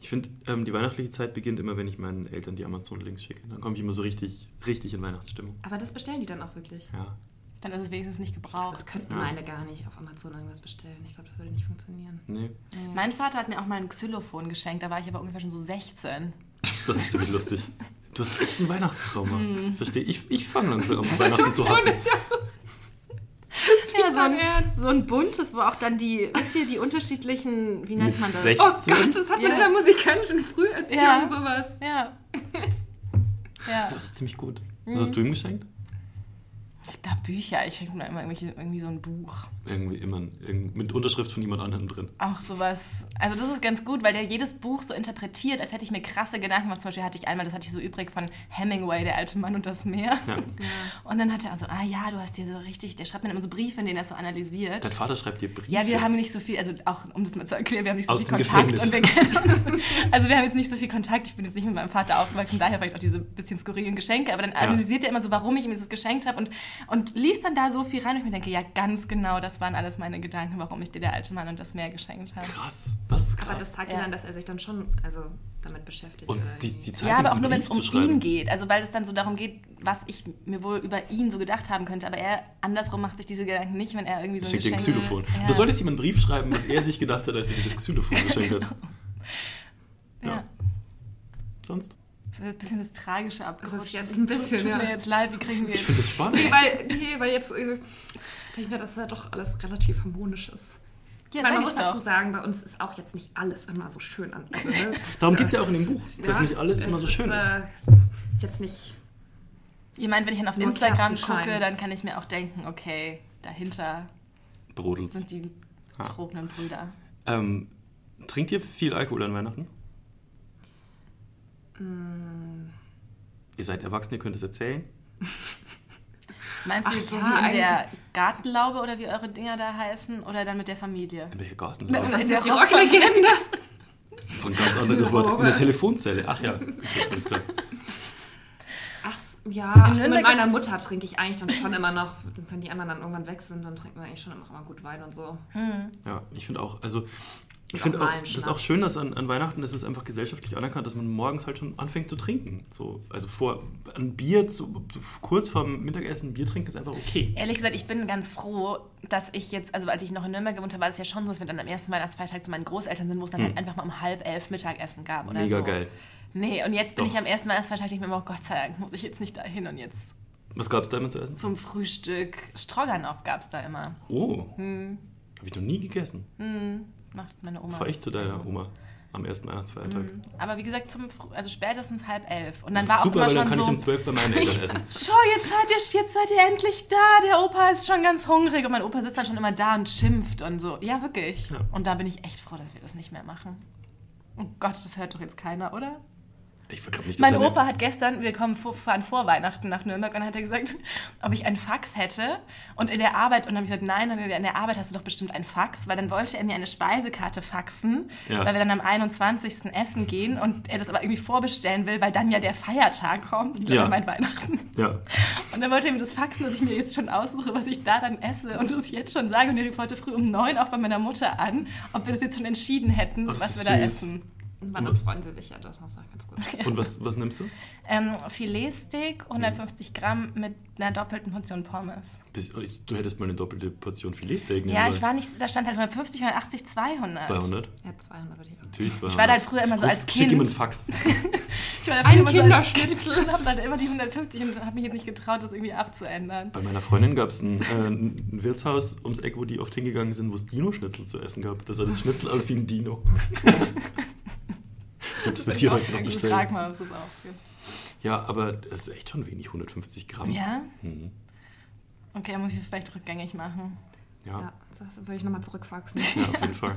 Speaker 3: Ich finde, ähm, die weihnachtliche Zeit beginnt immer, wenn ich meinen Eltern die Amazon-Links schicke. Dann komme ich immer so richtig, richtig in Weihnachtsstimmung.
Speaker 2: Aber das bestellen die dann auch wirklich.
Speaker 3: Ja.
Speaker 1: Dann ist es wenigstens nicht gebraucht.
Speaker 2: Das könnten
Speaker 3: Ja.
Speaker 2: meine gar nicht auf Amazon irgendwas bestellen. Ich glaube, das würde nicht funktionieren.
Speaker 3: Nee,
Speaker 2: Nee.
Speaker 1: Mein Vater hat mir auch mal ein Xylophon geschenkt, da war ich aber ungefähr schon so 16.
Speaker 3: das ist ziemlich lustig. Du hast echt ein Weihnachtstrauma.
Speaker 1: Hm.
Speaker 3: Verstehe. Ich, ich fange langsam an, Weihnachten zu hassen.
Speaker 1: Ja, so
Speaker 2: dein
Speaker 1: ein,
Speaker 2: Ernst?
Speaker 1: so ein buntes, wo auch dann die, wisst ihr, die unterschiedlichen, wie nennt
Speaker 3: Mit
Speaker 1: man das?
Speaker 3: 16.
Speaker 2: Oh Gott, das hat man
Speaker 1: Ja.
Speaker 2: in der musikalischen Früherziehung
Speaker 1: Ja.
Speaker 2: sowas.
Speaker 1: Ja. ja.
Speaker 3: Das ist ziemlich gut.
Speaker 1: Hm.
Speaker 3: Was hast du ihm geschenkt?
Speaker 1: Da Bücher, ich schenke mir immer irgendwelche, irgendwie so ein Buch.
Speaker 3: Irgendwie immer ein- irgend- mit Unterschrift von jemand anderem drin.
Speaker 1: Auch sowas. Also das ist ganz gut, weil der jedes Buch so interpretiert, als hätte ich mir krasse Gedanken gemacht. Zum Beispiel hatte ich einmal, das hatte ich so übrig von Hemingway, der alte Mann und das Meer.
Speaker 3: Ja.
Speaker 1: Und dann hat er also, ah ja, du hast dir so richtig, der schreibt mir immer so Briefe, in denen er so analysiert.
Speaker 3: Dein Vater schreibt dir Briefe.
Speaker 1: Ja, wir haben nicht so viel, also auch um das mal zu erklären, wir haben nicht so
Speaker 3: Aus
Speaker 1: viel
Speaker 3: dem
Speaker 1: Kontakt
Speaker 3: Gefängnis.
Speaker 1: und wir kennen uns. Also wir haben jetzt nicht so viel Kontakt. Ich bin jetzt nicht mit meinem Vater aufgewachsen, daher vielleicht auch diese bisschen skurrilen Geschenke. Aber dann analysiert er immer so, warum ich ihm dieses geschenkt habe und, und liest dann da so viel rein. Und ich mir denke, ja, ganz genau, das waren alles meine Gedanken, warum ich dir der alte Mann und das Meer geschenkt habe.
Speaker 3: Krass. Das ist
Speaker 2: Aber
Speaker 3: krass.
Speaker 2: das zeigt
Speaker 1: Ja.
Speaker 2: ja dann, dass er sich dann schon also, damit beschäftigt.
Speaker 3: Und
Speaker 2: oder
Speaker 3: die,
Speaker 2: irgendwie.
Speaker 3: die Zeit,
Speaker 1: Ja, aber auch
Speaker 3: einen
Speaker 1: nur, wenn es
Speaker 3: Brief
Speaker 1: um
Speaker 3: zu
Speaker 1: ihn
Speaker 3: schreiben.
Speaker 1: geht. Also weil es dann so darum geht, was ich mir wohl über ihn so gedacht haben könnte. Aber er andersrum macht sich diese Gedanken nicht, wenn er irgendwie so
Speaker 3: Ich
Speaker 1: ein
Speaker 3: schenke dir ein
Speaker 1: Geschenk...
Speaker 3: Xylophon.
Speaker 1: Ja.
Speaker 3: Du solltest ihm einen Brief schreiben, was er sich gedacht hat, als er dir das Xylophon geschenkt hat.
Speaker 1: Genau. Ja.
Speaker 3: Sonst?
Speaker 1: Das ist ein bisschen das Tragische abgerutscht.
Speaker 2: Das ist jetzt ein
Speaker 1: tut,
Speaker 2: bisschen,
Speaker 1: tut mir
Speaker 2: ja.
Speaker 1: jetzt leid, wie kriegen wir
Speaker 3: Ich finde das
Speaker 2: Nee,
Speaker 3: spannend.
Speaker 2: weil, nee, weil jetzt äh, denke ich mir, dass ja doch alles relativ harmonisch ist.
Speaker 1: Ja, sag
Speaker 2: weil man
Speaker 1: ich
Speaker 2: muss
Speaker 1: doch.
Speaker 2: dazu sagen, bei uns ist auch jetzt nicht alles immer so schön an. Also, ne, es ist,
Speaker 3: Darum
Speaker 2: äh,
Speaker 3: geht es ja auch in dem Buch, dass
Speaker 2: ja,
Speaker 3: nicht alles immer
Speaker 2: es
Speaker 3: so schön ist.
Speaker 2: Äh, ist jetzt nicht.
Speaker 1: Ihr meint, wenn ich dann auf
Speaker 2: Nur
Speaker 1: Instagram
Speaker 2: Kerzenschein.
Speaker 1: gucke, dann kann ich mir auch denken, okay, dahinter äh,
Speaker 3: Brodels.
Speaker 1: sind die
Speaker 3: Ja.
Speaker 1: betrogenen Brüder.
Speaker 3: Ähm, trinkt ihr viel Alkohol an Weihnachten?
Speaker 2: Mm.
Speaker 3: Ihr seid erwachsen, ihr könnt es erzählen.
Speaker 1: Meinst du
Speaker 2: Ach
Speaker 1: jetzt so
Speaker 2: ja,
Speaker 1: wie in
Speaker 2: eigentlich-
Speaker 1: der Gartenlaube oder wie eure Dinger da heißen oder dann mit der Familie?
Speaker 3: In welcher
Speaker 1: Mit-
Speaker 3: Gartenlaube?
Speaker 1: mit-
Speaker 2: Das ist
Speaker 1: der
Speaker 2: also jetzt die
Speaker 1: Rock-
Speaker 2: Rocklegende.
Speaker 3: Ein ganz anderes Wort. In der Telefonzelle. Ach ja. Alles klar.
Speaker 2: Ach s- ja, ach, so
Speaker 1: Nürnberg
Speaker 2: mit meiner Mutter trinke ich eigentlich dann schon immer noch. Wenn die anderen dann irgendwann weg sind, dann trinken wir eigentlich schon immer, immer gut Wein und so.
Speaker 3: Ja, ich finde auch, also ich
Speaker 2: auch
Speaker 3: finde
Speaker 2: mal
Speaker 3: auch,
Speaker 2: einen
Speaker 3: das ist
Speaker 2: Schnaps.
Speaker 3: auch schön, dass an, an Weihnachten das ist einfach gesellschaftlich anerkannt, dass man morgens halt schon anfängt zu trinken. So, also vor ein Bier zu, kurz vorm Mittagessen ein Bier trinken ist einfach okay.
Speaker 1: Ehrlich gesagt, ich bin ganz froh, dass ich jetzt, also als ich noch in Nürnberg gewohnt habe, war es ja schon so, dass wir dann am ersten Weihnachtsfeiertag zu meinen Großeltern sind, wo es dann halt einfach mal um halb elf Mittagessen gab oder
Speaker 3: Hm. Mega
Speaker 1: so.
Speaker 3: geil.
Speaker 1: Nee, und jetzt bin
Speaker 3: Doch.
Speaker 1: ich am ersten Weihnachtsfeiertag nicht mehr, oh Gott sei Dank, muss ich jetzt nicht dahin und jetzt
Speaker 3: Was gab es da immer zu essen?
Speaker 1: zum Frühstück. Stroganoff gab es da immer.
Speaker 3: Oh.
Speaker 2: Hm.
Speaker 3: Habe ich noch nie gegessen.
Speaker 1: Macht meine Oma. Mhm.
Speaker 3: Fahr ich zu deiner Oma am ersten Weihnachtsfeiertag.
Speaker 2: Hm.
Speaker 1: Aber wie gesagt, zum, Fr- also spätestens halb elf. Und dann
Speaker 3: Das ist
Speaker 1: war
Speaker 3: super,
Speaker 1: auch
Speaker 3: weil
Speaker 1: immer
Speaker 3: dann kann
Speaker 1: schon
Speaker 3: ich um
Speaker 1: so.
Speaker 3: zwölf bei meinen Eltern essen.
Speaker 1: Schau, jetzt, schaut ihr, jetzt seid ihr endlich da. Der Opa ist schon ganz hungrig. Und mein Opa sitzt dann schon immer da und schimpft und so. Ja, wirklich.
Speaker 3: Ja.
Speaker 1: Und da bin ich echt froh, dass wir das nicht mehr machen. Oh Gott, das hört doch jetzt keiner, oder?
Speaker 3: Ich glaube nicht, dass
Speaker 1: Mein
Speaker 3: deine-
Speaker 1: Opa hat gestern, wir kommen vor, fahren vor Weihnachten nach Nürnberg und dann hat er gesagt, ob ich einen Fax hätte. Und in der Arbeit, und dann habe ich gesagt, nein, und in der Arbeit hast du doch bestimmt einen Fax, weil dann wollte er mir eine Speisekarte faxen,
Speaker 3: Ja.
Speaker 1: weil wir dann am 21. essen gehen und er das aber irgendwie vorbestellen will, weil dann ja der Feiertag kommt. Ich glaube,
Speaker 3: Ja.
Speaker 1: er meint Weihnachten.
Speaker 3: Ja.
Speaker 1: Und dann wollte er mir das faxen, dass ich mir jetzt schon aussuche, was ich da dann esse und das jetzt schon sage. Und er rief heute früh um neun auch bei meiner Mutter an, ob wir das jetzt schon entschieden hätten,
Speaker 3: Oh, das
Speaker 1: was wir
Speaker 3: ist
Speaker 1: da
Speaker 3: süß.
Speaker 1: essen.
Speaker 2: Und wann freuen sie sich ja, das ist auch ganz gut.
Speaker 3: Und was, was nimmst du?
Speaker 1: Ähm, Filetsteak,
Speaker 3: Mhm.
Speaker 1: 150 Gramm mit einer doppelten Portion Pommes.
Speaker 3: Bis- oh, Du hättest mal eine doppelte Portion Filetsteak nehmen
Speaker 1: Ja,
Speaker 3: sollen.
Speaker 1: ich war nicht, da stand halt 150, 180, 200.
Speaker 3: 200.
Speaker 2: Ja, 200 würde ich auch.
Speaker 3: Natürlich 200.
Speaker 1: Ich war da halt früher immer so als
Speaker 3: Schick ihm einen
Speaker 1: Kind.
Speaker 3: Fax.
Speaker 1: Ich war da
Speaker 2: Ein
Speaker 1: früher immer so als
Speaker 2: Kinderschnitzel.
Speaker 1: Kind und hab dann immer die 150 und habe mich jetzt nicht getraut, das irgendwie abzuändern.
Speaker 3: Bei meiner Freundin gab es ein, äh, ein Wirtshaus ums Eck, wo die oft hingegangen sind, wo es Dino-Schnitzel zu essen gab. Das sah das Schnitzel aus wie ein Dino. ich glaube, das wird hier heute noch
Speaker 1: Ich Also frag
Speaker 3: bestellt.
Speaker 1: mal, ob es das auch gibt.
Speaker 3: Ja, aber es ist echt schon wenig, 150 Gramm.
Speaker 1: Ja?
Speaker 3: Mhm.
Speaker 1: Okay, muss ich es vielleicht rückgängig machen.
Speaker 3: Ja.
Speaker 2: Ja,
Speaker 3: ja.
Speaker 2: das würde ich nochmal zurückfaxen.
Speaker 3: auf jeden Fall.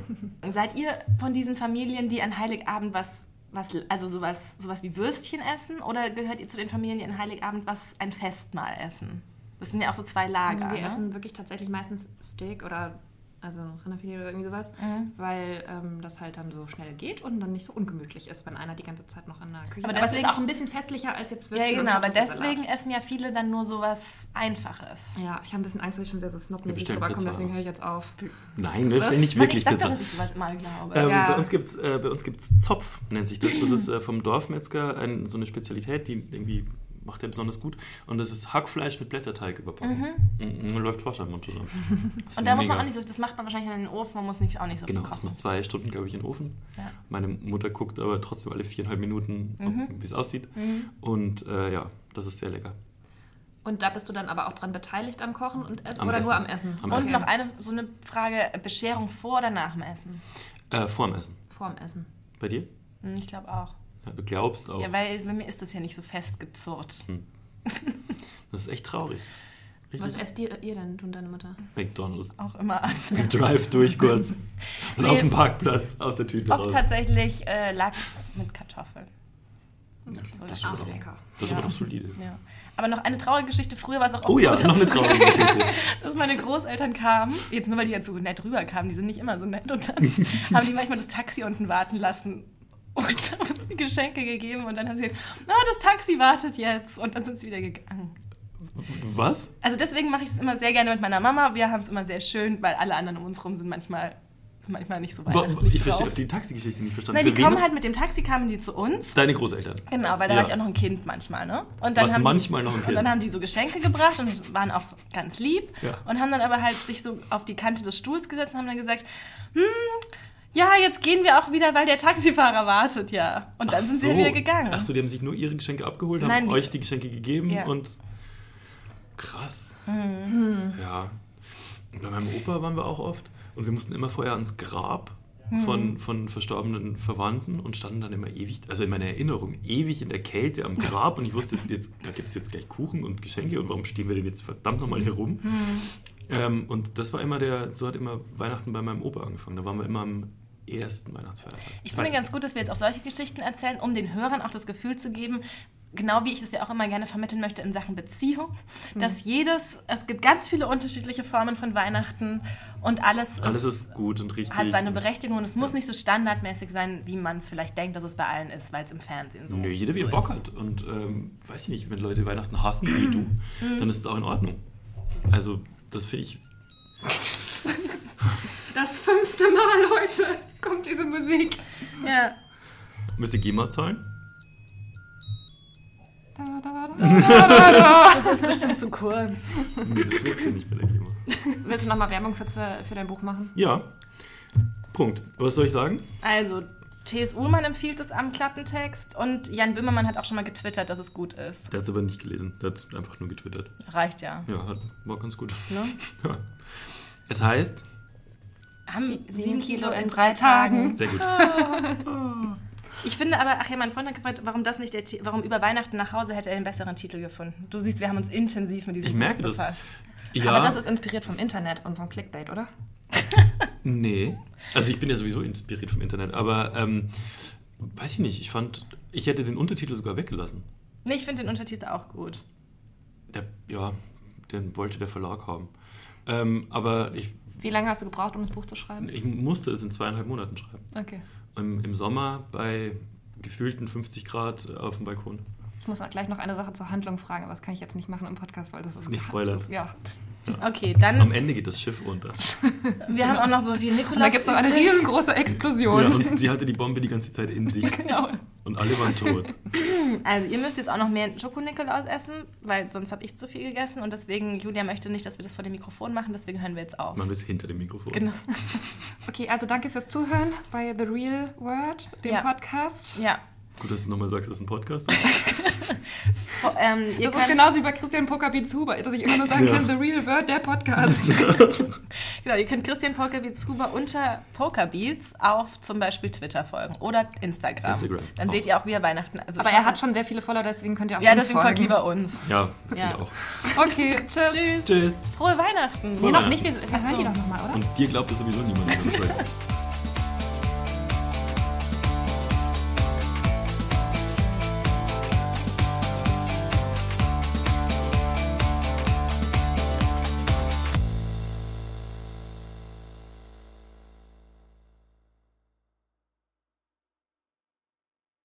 Speaker 1: Seid ihr von diesen Familien, die an Heiligabend was, was also sowas, sowas wie Würstchen essen? Oder gehört ihr zu den Familien, die an Heiligabend was ein Festmahl essen? Das sind ja auch so zwei Lager.
Speaker 2: Ähm, Wir
Speaker 1: ne?
Speaker 2: essen wirklich tatsächlich meistens Steak oder also Rinderfilet oder irgendwie sowas,
Speaker 1: Mhm.
Speaker 2: weil ähm, das halt dann so schnell geht und dann nicht so ungemütlich ist, wenn einer die ganze Zeit noch in der Küche
Speaker 1: Aber
Speaker 2: Aber, es
Speaker 1: deswegen-
Speaker 2: ist auch ein bisschen festlicher als jetzt
Speaker 1: Ja,
Speaker 2: Würstchen und
Speaker 1: genau, aber
Speaker 2: Kartoffelsalat.
Speaker 1: deswegen essen ja viele dann nur sowas Einfaches.
Speaker 2: Ja, ich habe ein bisschen Angst, dass ich schon wieder so
Speaker 3: Wir
Speaker 2: snobmäßig
Speaker 3: bestellen
Speaker 2: rüberkomme,
Speaker 3: Pizza.
Speaker 2: deswegen höre ich jetzt auf.
Speaker 1: Hm.
Speaker 3: Nein, wir stellen nicht
Speaker 1: Mann,
Speaker 3: wirklich
Speaker 1: ich sag
Speaker 3: Pizza.
Speaker 1: Doch, dass ich sowas mal glaube.
Speaker 3: Ähm,
Speaker 2: Ja.
Speaker 3: Bei uns gibt es äh, bei uns gibt's Zopf, nennt sich das. Das ist äh, vom Dorfmetzger ein, so eine Spezialität, die irgendwie macht er besonders gut. Und das ist Hackfleisch mit Blätterteig überbacken. Mhm. Läuft Wasser im Mund zusammen. Das ist
Speaker 1: und da muss man
Speaker 3: mega.
Speaker 1: auch nicht so, das macht man wahrscheinlich in den Ofen, man muss nicht, auch nicht so
Speaker 3: Genau,
Speaker 1: viel
Speaker 3: es
Speaker 1: kochen.
Speaker 3: muss zwei Stunden, glaube ich, in den Ofen.
Speaker 1: Ja.
Speaker 3: Meine Mutter guckt aber trotzdem alle viereinhalb Minuten,
Speaker 1: Mhm.
Speaker 3: ob- wie es aussieht. Und äh, ja, das ist sehr lecker.
Speaker 2: Und da bist du dann aber auch dran beteiligt am Kochen und Essen
Speaker 3: Am
Speaker 2: oder
Speaker 3: Essen.
Speaker 2: nur am Essen?
Speaker 3: Am
Speaker 1: Und
Speaker 3: Essen.
Speaker 1: noch eine, so eine Frage, Bescherung vor oder nach dem Essen?
Speaker 3: Äh, vorm Essen.
Speaker 2: Vorm Essen.
Speaker 3: Bei dir?
Speaker 1: Hm, Ich glaube auch.
Speaker 3: Ja, du glaubst auch.
Speaker 1: Ja, weil bei mir ist das ja nicht so festgezurrt.
Speaker 3: das ist echt traurig.
Speaker 2: Was
Speaker 3: Richtig?
Speaker 2: esst ihr, ihr denn, du und deine Mutter?
Speaker 3: McDonalds.
Speaker 1: Auch immer
Speaker 3: Drive durch kurz. Und
Speaker 1: Nee.
Speaker 3: auf dem Parkplatz aus der Tüte
Speaker 1: Oft
Speaker 3: raus.
Speaker 1: tatsächlich äh, Lachs mit Kartoffeln.
Speaker 3: Ja, das ist
Speaker 1: Ah,
Speaker 3: aber doch-
Speaker 2: lecker.
Speaker 3: Das ist aber
Speaker 1: Ja.
Speaker 3: doch solide.
Speaker 1: Ja. Aber noch eine traurige Geschichte. Früher war es auch oft
Speaker 3: Oh ja,
Speaker 1: so,
Speaker 3: noch
Speaker 1: dass,
Speaker 3: eine traurige Geschichte.
Speaker 1: dass meine Großeltern kamen. Jetzt nur, weil die jetzt so nett rüberkamen. Die sind nicht immer so nett. Und dann haben die manchmal das Taxi unten warten lassen. Und haben uns die Geschenke gegeben. Und dann haben sie gesagt, na, das Taxi wartet jetzt. Und dann sind sie wieder gegangen.
Speaker 3: Was?
Speaker 1: Also deswegen mache ich es immer sehr gerne mit meiner Mama. Wir haben es immer sehr schön, weil alle anderen um uns rum sind manchmal, manchmal nicht so weihnachtlich
Speaker 3: Ich
Speaker 1: drauf.
Speaker 3: verstehe die Taxigeschichte nicht verstanden.
Speaker 1: Na, die
Speaker 3: Für wen
Speaker 1: kommen
Speaker 3: ist-
Speaker 1: halt mit dem Taxi, kamen die zu uns.
Speaker 3: Deine Großeltern.
Speaker 1: Genau, weil da
Speaker 3: Ja.
Speaker 1: war ich auch noch ein Kind manchmal, ne? Und
Speaker 3: Warst
Speaker 1: haben
Speaker 3: manchmal noch ein
Speaker 1: Und
Speaker 3: Kind.
Speaker 1: dann haben die so Geschenke gebracht und waren auch so ganz lieb
Speaker 3: Ja.
Speaker 1: und haben dann aber halt sich so auf die Kante des Stuhls gesetzt und haben dann gesagt, hm, ja, jetzt gehen wir auch wieder, weil der Taxifahrer wartet, ja. Und dann
Speaker 3: Ach
Speaker 1: sind sie
Speaker 3: so.
Speaker 1: halt wieder gegangen.
Speaker 3: Ach so, die haben sich nur ihre Geschenke abgeholt,
Speaker 1: Nein,
Speaker 3: haben
Speaker 1: die-
Speaker 3: euch die Geschenke gegeben
Speaker 1: Ja. Mhm.
Speaker 3: und. Krass. Ja. Bei meinem Opa waren wir auch oft und wir mussten immer vorher ans Grab
Speaker 1: Mhm.
Speaker 3: von, von verstorbenen Verwandten und standen dann immer ewig, also in meiner Erinnerung, ewig in der Kälte am Grab und ich wusste, jetzt, da gibt es jetzt gleich Kuchen und Geschenke und warum stehen wir denn jetzt verdammt nochmal hier rum?
Speaker 1: Mhm.
Speaker 3: Ähm, und das war immer der, so hat immer Weihnachten bei meinem Opa angefangen. Da waren wir immer am ersten Weihnachtsfeiertag.
Speaker 1: Ich finde
Speaker 3: Zweiten.
Speaker 1: ganz gut, dass wir jetzt auch solche Geschichten erzählen, um den Hörern auch das Gefühl zu geben, genau wie ich das ja auch immer gerne vermitteln möchte in Sachen Beziehung, dass jedes, es gibt ganz viele unterschiedliche Formen von Weihnachten und alles,
Speaker 3: Alles ist gut und richtig.
Speaker 1: hat seine Berechtigung und es muss nicht so standardmäßig sein, wie man es vielleicht denkt, dass es bei allen ist, weil es im Fernsehen so
Speaker 3: Nö, jeder wie
Speaker 1: so
Speaker 3: er Bock
Speaker 1: ist.
Speaker 3: hat. Und ähm, weiß ich nicht, wenn Leute Weihnachten hassen, wie du, dann ist es auch in Ordnung. Also, das finde ich.
Speaker 2: Das fünfte Mal heute kommt diese Musik.
Speaker 1: Ja.
Speaker 3: Müsst ihr GEMA zahlen?
Speaker 2: Da, da, da, da.
Speaker 1: Das ist bestimmt zu kurz.
Speaker 3: Nee, das wird ja nicht bei der GEMA.
Speaker 2: Willst du nochmal Werbung für, für dein Buch machen?
Speaker 3: Ja. Punkt. Was soll ich sagen?
Speaker 1: Also, T.S. Ullmann empfiehlt es am Klappentext und Jan Böhmermann hat auch schon mal getwittert, dass es gut ist.
Speaker 3: Der hat es aber nicht gelesen. Der hat einfach nur getwittert.
Speaker 1: Reicht ja.
Speaker 3: Ja, hat, war ganz gut.
Speaker 1: Ne?
Speaker 3: Ja. Es heißt.
Speaker 1: Haben
Speaker 2: Sie-
Speaker 1: sieben,
Speaker 2: sieben
Speaker 1: Kilo in drei Tagen.
Speaker 3: Sehr gut.
Speaker 1: Ich finde aber, ach ja, mein Freund hat gefragt, warum das nicht der, Ti- warum über Weihnachten nach Hause hätte er einen besseren Titel gefunden. Du siehst, wir haben uns intensiv mit diesem
Speaker 3: Ich merke
Speaker 1: Buch
Speaker 3: das.
Speaker 1: befasst.
Speaker 3: Ja,
Speaker 2: Aber das ist inspiriert vom Internet und vom Clickbait, oder?
Speaker 3: Nee. Also ich bin ja sowieso inspiriert vom Internet, aber ähm, weiß ich nicht. Ich fand, ich hätte den Untertitel sogar weggelassen.
Speaker 1: Nee, ich finde den Untertitel auch gut.
Speaker 3: Der, ja, den wollte der Verlag haben. Ähm, aber ich,
Speaker 2: Wie lange hast du gebraucht, um das Buch zu schreiben?
Speaker 3: ich musste es in zweieinhalb Monaten schreiben.
Speaker 2: Okay.
Speaker 3: Im, Im Sommer bei gefühlten 50 Grad auf dem Balkon.
Speaker 2: Ich muss auch gleich noch eine Sache zur Handlung fragen, aber das kann ich jetzt nicht machen im Podcast, weil das ist.
Speaker 3: Nicht spoilern.
Speaker 2: Ja.
Speaker 1: Okay,
Speaker 3: Am
Speaker 1: dann,
Speaker 3: Ende geht das Schiff unter.
Speaker 1: wir haben auch noch so viel Nikolaus.
Speaker 2: Und da gibt es noch eine
Speaker 1: übrig.
Speaker 2: riesengroße
Speaker 3: Ja,
Speaker 2: Explosion.
Speaker 3: und sie hatte die Bombe die ganze Zeit in sich.
Speaker 2: genau.
Speaker 3: Und alle waren tot.
Speaker 1: Also ihr müsst jetzt auch noch mehr Schoko-Nikolaus essen, weil sonst habe ich zu viel gegessen und deswegen, Julia möchte nicht, dass wir das vor dem Mikrofon machen, deswegen hören wir jetzt auf.
Speaker 3: Man ist hinter dem Mikrofon.
Speaker 1: Genau.
Speaker 2: Okay, also danke fürs Zuhören bei The Real Word, dem
Speaker 1: Ja.
Speaker 2: Podcast.
Speaker 1: Ja.
Speaker 3: Gut, dass du nochmal sagst, das ist ein Podcast.
Speaker 1: Vor- Ähm, ihr
Speaker 2: Das ist genau-
Speaker 1: könnt,
Speaker 2: genauso wie bei Christian Pokerbeats Huber, dass ich immer nur sagen
Speaker 3: Ja.
Speaker 2: kann, The Real Word, der Podcast.
Speaker 1: genau, ihr könnt Christian Pokerbeats Huber unter Pokerbeats auf zum Beispiel Twitter folgen oder Instagram.
Speaker 3: Instagram.
Speaker 1: Dann
Speaker 3: Auch.
Speaker 1: seht ihr auch, wie er Weihnachten... Also
Speaker 2: Aber er hat schon sehr viele Follower, deswegen könnt ihr auch
Speaker 1: Ja,
Speaker 2: uns
Speaker 1: deswegen
Speaker 2: folgen.
Speaker 1: folgt lieber uns.
Speaker 3: Ja, ich
Speaker 1: Ja.
Speaker 3: finde auch.
Speaker 2: Okay, tschüss. tschüss.
Speaker 3: Tschüss.
Speaker 1: Frohe Weihnachten!
Speaker 2: Nee, noch nicht, wir, wir hören die doch nochmal, oder?
Speaker 3: Und dir glaubt das sowieso niemand. Das ist halt-